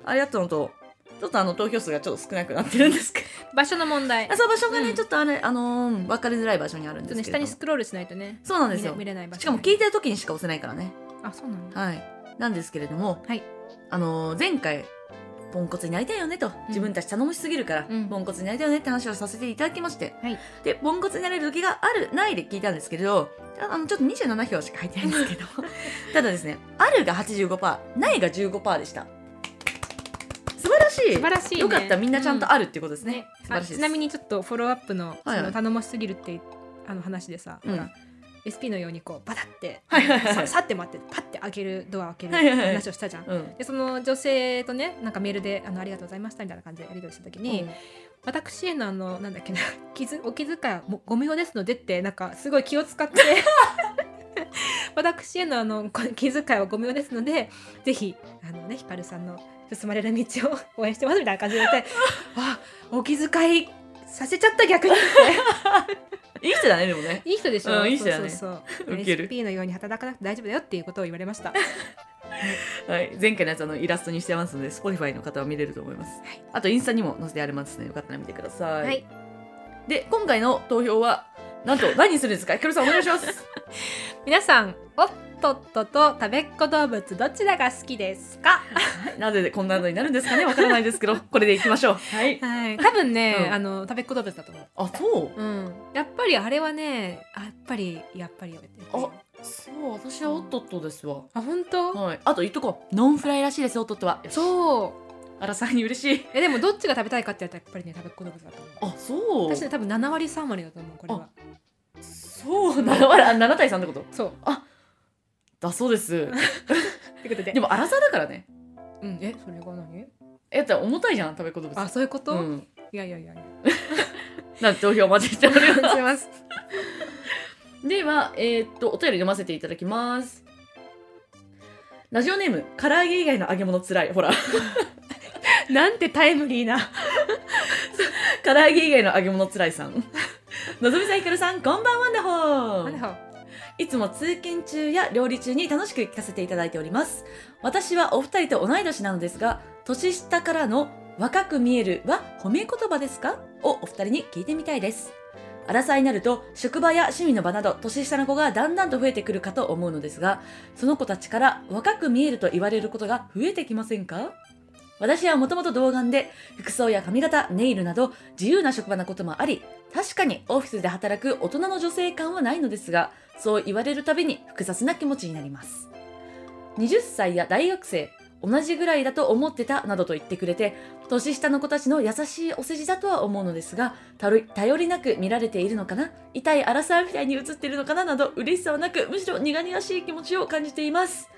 S1: あれだったのと、ちょっとあの投票数がちょっと少なくなってるんですけど、
S2: 場所の問題
S1: あそう場所がね、
S2: うん
S1: ちょっとあれあのー、分かりづらい場所にあるん
S2: ち
S1: で
S2: ょっとね
S1: すけれど
S2: 下に
S1: も、
S2: スクロールしないとね
S1: そうなんですよ
S2: 見。れ見れない場所
S1: しかも聞いてる時にしか押せないからね。
S2: あそうなんだ
S1: はい、なんですけれども、
S2: はい
S1: あのー前回ポンコツになりたいよねと自分たち頼もしすぎるから、
S2: うん
S1: ポンコツになりたいよねって話をさせていただきまして、
S2: はい
S1: でポンコツになれる時があるないで聞いたんですけれどああのちょっと27票しか入ってないんです けどただですねあるが85%ないが15%でした素晴らしい
S2: 素晴らしいね
S1: よかったみんなちゃんとあるっていうことですね、
S2: ね
S1: 素晴
S2: あ
S1: らしいです
S2: ちなみにちょっとフォローアップのそ
S1: はいは
S2: の
S1: い
S2: 頼もしすぎるってあの話でさ、
S1: うん
S2: ほら SP のようにこうバタって、
S1: はいはいはい
S2: ささって待ってパッて開けるドア開ける
S1: はいはいはい
S2: 話をしたじゃん。
S1: うん
S2: でその女性とねなんかメールであの「ありがとうございました」みたいな感じでやり取りした時に、私へのあのなんだっけな 気づお気遣いもご無用ですのでってなんかすごい気を使って 私へのあのこ気遣いはご無用ですのでぜひあのねひかるさんの進まれる道を 応援してますみたいな感じで言ってあお気遣いさせちゃった逆にって
S1: いい人だねでもね
S2: いい人でしょ、
S1: うんいい人だね
S2: そうそうそう
S1: ウケる
S2: SP のように働かなくて大丈夫だよっていうことを言われました
S1: はい、前回のやつあのイラストにしてますので Spotify の方は見れると思います、あとインスタにも載せてありますのでよかったら見てください、
S2: はい
S1: で今回の投票はなんと何にするんですかひかるさんお願いします
S2: 皆さんおっとっととたべっ子動物どちらが好きですか
S1: なぜこんなのになるんですかねわからないですけどこれでいきましょうはい
S2: はい多分ね、
S1: うん
S2: あの食べっ子動物だと思う
S1: あそう
S2: うん、やっぱりあれはねあやっぱりやっぱりやめて
S1: あそう私はおっとっとですわ
S2: あ本当、
S1: はい、あと言っとこうノンフライらしいですよおっとっとはう
S2: そう
S1: あらさんに嬉しい
S2: えでもどっちが食べたいかってやったらやっぱりね食べっ子動物だと思う
S1: あそう
S2: 私ね多分7割3割だと思うこれは
S1: そうなのあら7対3ってこと
S2: そう
S1: だそうです
S2: ということで
S1: でもあらさだからね
S2: うん、えそれが何
S1: えだったら重たいじゃん食べ言葉
S2: あそういうこと、
S1: ん
S2: いやいやいやいや
S1: なんで投票お待ちしております
S2: お願いします
S1: では、えーっと、お便り読ませていただきます。ラジオネーム唐揚げ以外の揚げ物つらいほら
S2: なんてタイムリーな。
S1: 唐揚げ以外の揚げ物つらいさんのぞみさんひかるさんこんばんはワンダホー
S2: なんだろう
S1: いつも通勤中や料理中に楽しく聞かせていただいております。私はお二人と同い年なのですが、年下からの若く見えるは褒め言葉ですかをお二人に聞いてみたいです。荒さになると職場や趣味の場など年下の子がだんだんと増えてくるかと思うのですが、その子たちから若く見えると言われることが増えてきませんか私はもともと童顔で、服装や髪型、ネイルなど自由な職場なこともあり、確かにオフィスで働く大人の女性感はないのですが、そう言われるたびに複雑な気持ちになります。20歳や大学生、同じぐらいだと思ってたなどと言ってくれて、年下の子たちの優しいお世辞だとは思うのですが、頼り頼りなく見られているのかな痛い荒沢みたいに映っているのかななど嬉しさはなく、むしろ苦々しい気持ちを感じています。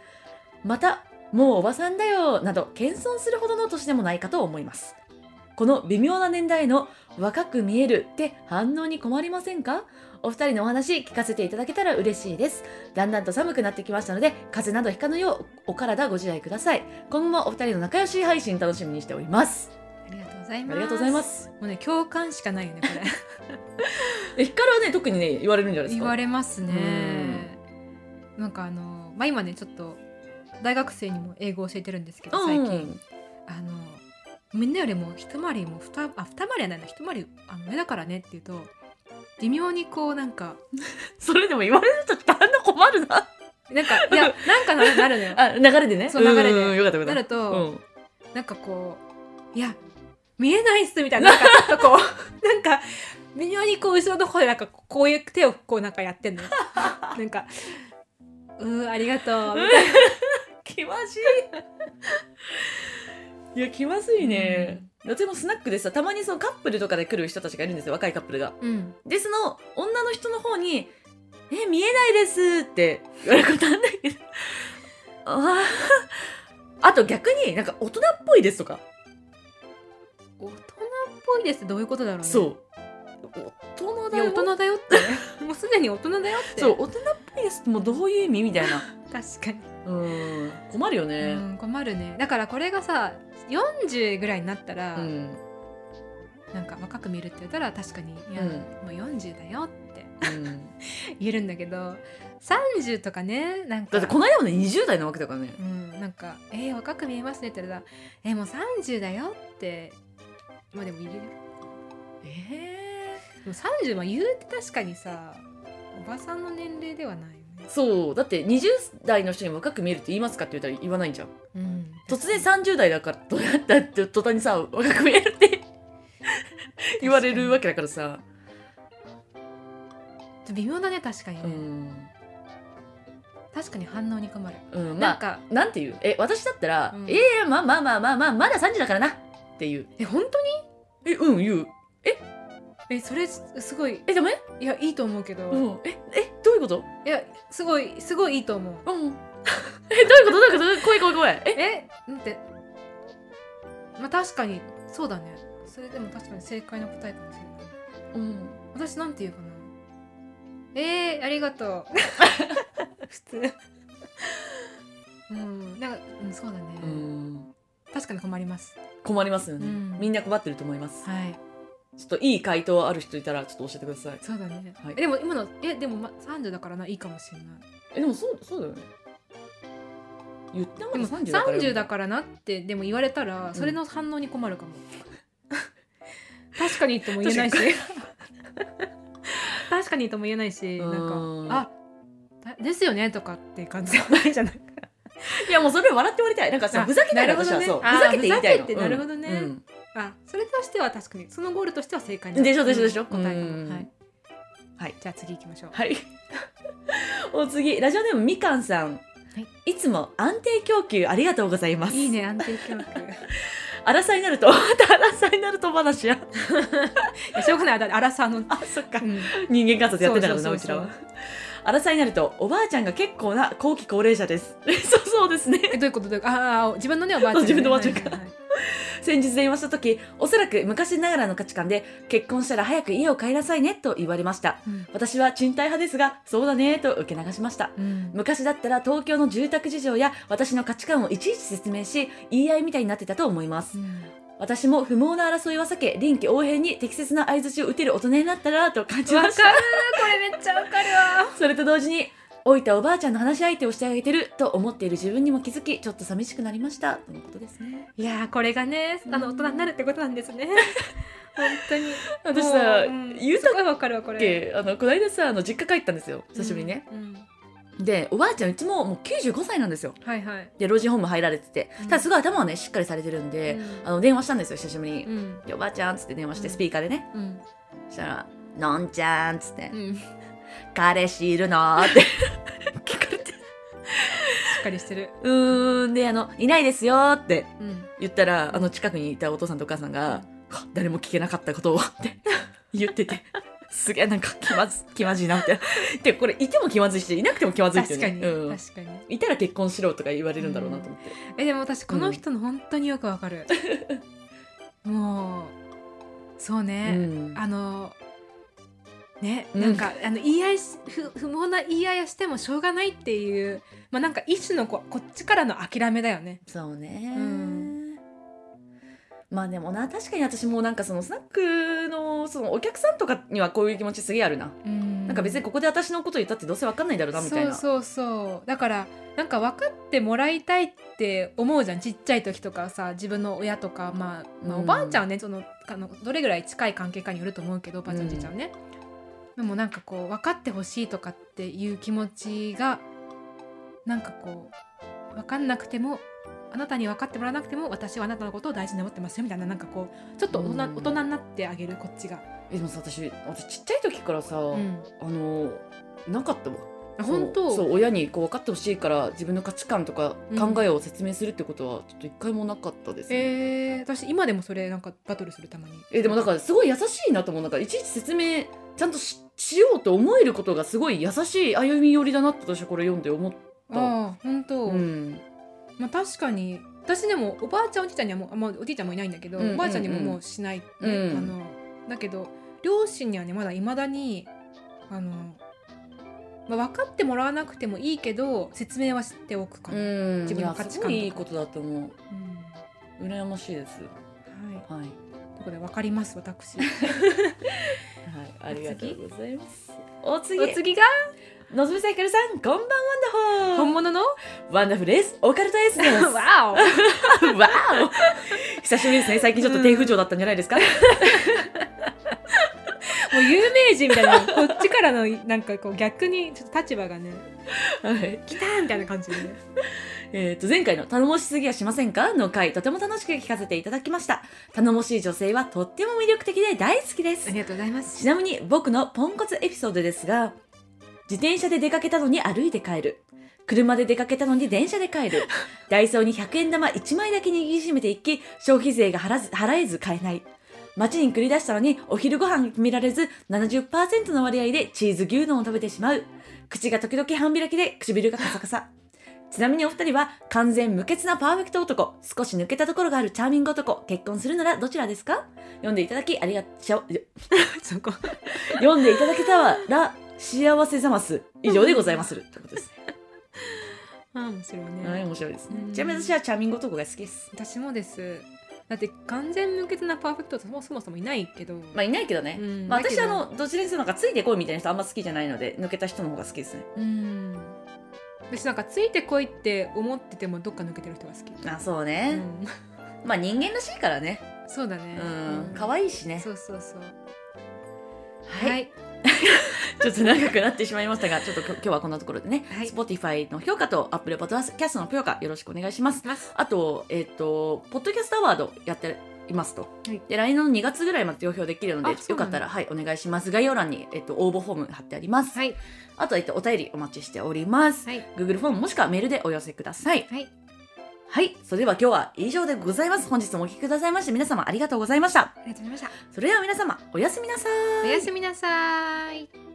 S1: また、もうおばさんだよ、など謙遜するほどの年でもないかと思います。この微妙な年代の若く見えるって反応に困りませんかお二人のお話聞かせていただけたら嬉しいです。だんだんと寒くなってきましたので、風邪などひかぬようお体ご自愛ください。今後もお二人の仲良し配信楽しみにしております。
S2: ありがとうござい
S1: あり
S2: ます。
S1: がとうございま。す。
S2: もうね共感しかないよねこれ。
S1: え、ヒカルはね、特にね、言われるんじゃないです
S2: 言
S1: か。
S2: われますね。なんかあのまあ今ねちょっと大学生にも英語を教えてるんですけど最近、
S1: うん。
S2: あのみんなよりも一回りも二あ二回りはないな一回りあの上だからねっていうと微妙にこうなんか
S1: それでも言われるとだんだん困るな。
S2: なんかい やなんかななるのよ。
S1: あ、流れでね。
S2: そう流れで
S1: んうんよかったよか
S2: な
S1: っ
S2: る
S1: た。
S2: と、
S1: うん。
S2: なんかこういや見えないっすみたいななんかちょっとこう なんか微妙にこう後ろの方でなんかこういう手をこうなんかやっ てんのよなんか「うーんありがとう」みたいな
S1: 気まず い。いや、気まずいね。私もスナックでさ、たまにそのカップルとかで来る人たちがいるんですよ、若いカップルが。
S2: うん、
S1: で、その女の人の方に、え、見えないですって 言われることあんだけど。あ あ。あと逆になんか大人っぽいですとか。
S2: 大人っぽいですってどういうことだろうね
S1: そう。大人
S2: い
S1: だ
S2: や
S1: よ。
S2: 大人だよってねもうすでに大人だよって
S1: そう、大人っぽいですってもうどういう意味みたい な。
S2: 確かに、
S1: うん。困るよね。
S2: うん、困るねだからこれがさ40ぐらいになったら、
S1: うん。
S2: なんか若く見えるって言ったら確かに「いや、
S1: うん
S2: もう40だよ」って
S1: うん
S2: 言えるんだけど30とかねなんか
S1: だってこの間もね、20代なわけだからね。
S2: うん、なんか「えー、若く見えますね」って言ったら「えー、もう30だよ」ってまあでも言えるで
S1: え
S2: も30は言うて確かにさおばさんの年齢ではないよね
S1: ー、そうだって20代の人に若く見えるって言いますかって言ったら言わないんじゃん
S2: うん、
S1: 突然30代だからとやったって途端にさ若く見えるって言われるわけだからさ
S2: 微妙だね確かにね、
S1: うん、
S2: 確かに反応に困る、
S1: うん、
S2: なん
S1: まあ
S2: か
S1: なんていうえ私だったら「
S2: うん
S1: いやいやまあまあまあまあまあまだ30だからな」っていう
S2: え本当
S1: 「
S2: に
S1: えうん言う
S2: えそれすすごい
S1: えダメ
S2: いやいいと思うけど、
S1: う
S2: い
S1: ん」ええどういうこと
S2: やすごいすごいいいと思う
S1: うんえどういうことどういうこと怖い怖い怖いえ
S2: えなんてまあ確かにそうだねそれでも確かに正解の答えかもしれない
S1: うん
S2: 私なんて言うかなえー、ありがとう普通うん なんか、うん、そうだね、
S1: うん
S2: 確かに困ります
S1: 困りますよね、
S2: うん
S1: みんな困ってると思います
S2: はい
S1: ちょっといい回答ある人いたらちょっと教えてください
S2: そうだね、
S1: はい
S2: えでも今のえでも、ま、30だからないいかもしれない
S1: えでもそうそうだよね言っても
S2: でも
S1: 30だから
S2: 30だからなってでも言われたらそれの反応に困るかも、 確かにとも言えないし 確かにとも言えないしな
S1: うんん
S2: か「あだですよね」とかっていう感じではないじゃない
S1: いやもうそれ笑って終わりたいなんかさ
S2: あ
S1: ふざけたいの
S2: なるほどね
S1: 私はそう
S2: あ
S1: ふ
S2: ー
S1: ざけて言いたいの
S2: ふざけてなるほどね
S1: うん
S2: あそれとしては確かにそのゴールとしては正解
S1: でしょでしょでしょ
S2: うん答えか
S1: うん
S2: もはい
S1: はい
S2: じゃあ次行きましょう
S1: はい お次ラジオネームみかんさん、、
S2: はい
S1: つも安定供給ありがとうございます
S2: いいね安定教育
S1: 荒さになると また荒さになると話や
S2: いやしょうがないだってアラサーの
S1: あそっか
S2: うん
S1: 人間観察やってたからな
S2: そううそ
S1: ち
S2: うそ
S1: ら
S2: うそう
S1: は荒さになるとおばあちゃんが結構な後期高齢者です そうそうですね
S2: えどういうことどういうことああ自分のねおばあちゃん、ね、
S1: 自分のおばあちゃんか
S2: はいはいはい
S1: 先日電話した時おそらく昔ながらの価値観で結婚したら早く家を買いなさいねと言われました
S2: うん
S1: 私は賃貸派ですがそうだねと受け流しました
S2: うん
S1: 昔だったら東京の住宅事情や私の価値観をいちいち説明し言い合いみたいになってたと思います
S2: うん
S1: 私も不毛な争いは避け臨機応変に適切な相槌を打てる大人になったらと感じ
S2: わか
S1: まし
S2: る
S1: た
S2: これめっちゃわかるわ
S1: それと同時に老いたおばあちゃんの話し相手をしてあげてると思っている自分にも気づきちょっと寂しくなりましたとのことですね
S2: いやーこれがねあの
S1: うん
S2: 大人になるってことなんです ね本当に
S1: 私
S2: も
S1: さ、
S2: ううん
S1: 言う
S2: す
S1: た
S2: ごいわかるわこ
S1: っ
S2: れ
S1: けあのこの間さあの実家帰ったんですよ久しぶりにね、
S2: うんうん
S1: でおばあちゃんうちももう95歳なんですよ
S2: はいはい
S1: で老人ホーム入られてて
S2: うん
S1: ただすごい頭はねしっかりされてるんで、
S2: うん
S1: あの電話したんですよ久しぶりに、
S2: うん
S1: でおばあちゃんっつって電話して
S2: うん
S1: スピーカーでね、
S2: うん
S1: そしたら「のんちゃん」っつって
S2: うんし
S1: 「彼氏いるの?」って聞かれて
S2: っかりしてる
S1: 「うーん」で「あのいないですよ」って
S2: うん
S1: 言ったらあの近くにいたお父さんとお母さんが「はっ誰も聞けなかったことを」って 言ってて。すげえなんか気まず気まじいなみたいな。でこれいても気まずいしいなくても気まずいってい
S2: 確
S1: うね。
S2: かに
S1: うん、
S2: 確かに
S1: いたら結婚しろとか言われるんだろうなと思って。
S2: えでも私この人の本当によくわかるもうそうね
S1: うん
S2: あのね、
S1: うん
S2: なんか、あの言い合いし不不毛な言い合いをしてもしょうがないっていうまあなんか一種のこうこっちからの諦めだよね。
S1: そうね、
S2: うん
S1: まあでもな確かに私もなんかそのスナックのそのお客さんとかにはこういう気持ちすげえあるな、
S2: な
S1: なんか別にここで私のこと言ったってどうせわかんないだろうなみたいなう
S2: そうそうそうだからなんか分かってもらいたいって思うじゃんちっちゃい時とかさ自分の親とか、まあ、まあ
S1: うん
S2: おばあちゃんはねそのあのどれぐらい近い関係かによると思うけどおばあちゃんおじいちゃんはね、でもなんかこう分かってほしいとかっていう気持ちがなんかこう分かんなくてもあなたに分かってもらわなくても私はあなたのことを大事に思ってますよみたいななんかこうちょっと大人,、
S1: うん
S2: 大人になってあげるこっちが。
S1: でもさ私私ちっちゃい時からさ、
S2: うん、
S1: あのなかったわ
S2: あ本当
S1: そうそう親にこう分かってほしいから自分の価値観とか
S2: うん
S1: 考えを説明するってことはちょっと一回もなかったですね、
S2: えー、私今でもそれなんかバトルするたまに
S1: えでもだからすごい優しいなと思うなんかいちいち説明ちゃんとししようと思えることがすごい優しい歩み寄りだなって私はこれ読んで思った
S2: ああ本当、
S1: うん、
S2: まあ確かに私でもおばあちゃんおじいちゃんにはもうあ、まあ、おじいちゃんもいないんだけど、
S1: うんうんうん
S2: おばあちゃんにももうしない、ね
S1: うん
S2: あのだけど両親にはねまだいまだにあの、まあ、分かってもらわなくてもいいけど説明はしておくかな、うん
S1: うん、
S2: 自分の価値観とか
S1: いやすごいいいことだと思う羨ましいです
S2: は
S1: は
S2: い
S1: い、はい、
S2: ということで分かります私
S1: ありがとうございます お次
S2: お次が
S1: のぞみさんひかるさんこんばんワンダ
S2: 本
S1: ホー
S2: 物の
S1: ワンダフルですオカルトですです わ
S2: わ
S1: お久しぶりですね最近ちょっと低不調だったんじゃないですか、
S2: おもう有名人みたいなこっちからのなんかこう逆にちょっと立場がね
S1: はい
S2: 来たーみたいな感じでね
S1: えー、と前回の「頼もしすぎはしませんか?」の回とても楽しく聞かせていただきました頼もしい女性はとっても魅力的で大好きです
S2: ありがとうございます
S1: ちなみに僕のポンコツエピソードですが自転車で出かけたのに歩いて帰る車で出かけたのに電車で帰るダイソーに100円玉1枚だけ握りしめていき消費税が払ず払えず買えない街に繰り出したのにお昼ご飯が決められず70%の割合でチーズ牛丼を食べてしまう口が時々半開きで唇がカサカサちなみにお二人は完全無欠なパーフェクト男少し抜けたところがあるチャーミング男結婚するならどちらですか読んでいただきありがとう
S2: そこ
S1: 読んでいただけたら幸せざます以上でございまするってことです。
S2: あー面白いね、
S1: はい面白いです
S2: う
S1: ね。
S2: ん
S1: ちなみに私はチャーミング男が好きです。
S2: 私もですだって完全無欠なパーフェクトってそもそもそもいないけど、
S1: まあいないけどね。
S2: うん
S1: まあ
S2: だけ
S1: 私
S2: ど
S1: あのどちらにせよなんかついてこいみたいな人あんま好きじゃないので抜けた人の方が好きですね。
S2: うん私なんかついてこいって思っててもどっか抜けてる人が好き、
S1: あそう
S2: う
S1: ね。
S2: ん、
S1: まあ人間らしいからね。
S2: そうだね
S1: うん
S2: う
S1: 可愛いしね。
S2: そうそうそう
S1: はい
S2: はい、
S1: ちょっと長くなってしまいましたがちょっと今日はこんなところでね。
S2: はい
S1: Spotify の評価と Apple Podcast の評価よろしくお願いします。
S2: ます
S1: あと、えっ、と、ポッドキャストアワードやっていますと。
S2: はい
S1: で、来年の2月ぐらいまで投票できるの
S2: あ
S1: で、
S2: そ
S1: よ
S2: う
S1: か
S2: なん
S1: っ
S2: だ
S1: たら、はい、お願いします。概要欄に、えっ、と、応募フォーム貼ってあります。
S2: はい
S1: あと、えっ、と、お便りお待ちしております。
S2: はい
S1: Google フォームもしくはメールでお寄せください。
S2: はい
S1: はい、それでは今日は以上でございます。本日もお聞きくださいまして、皆様ありがとうございました
S2: あ。りがとうございました
S1: それでは皆様、おやすみなさーい。
S2: おやすみなさーい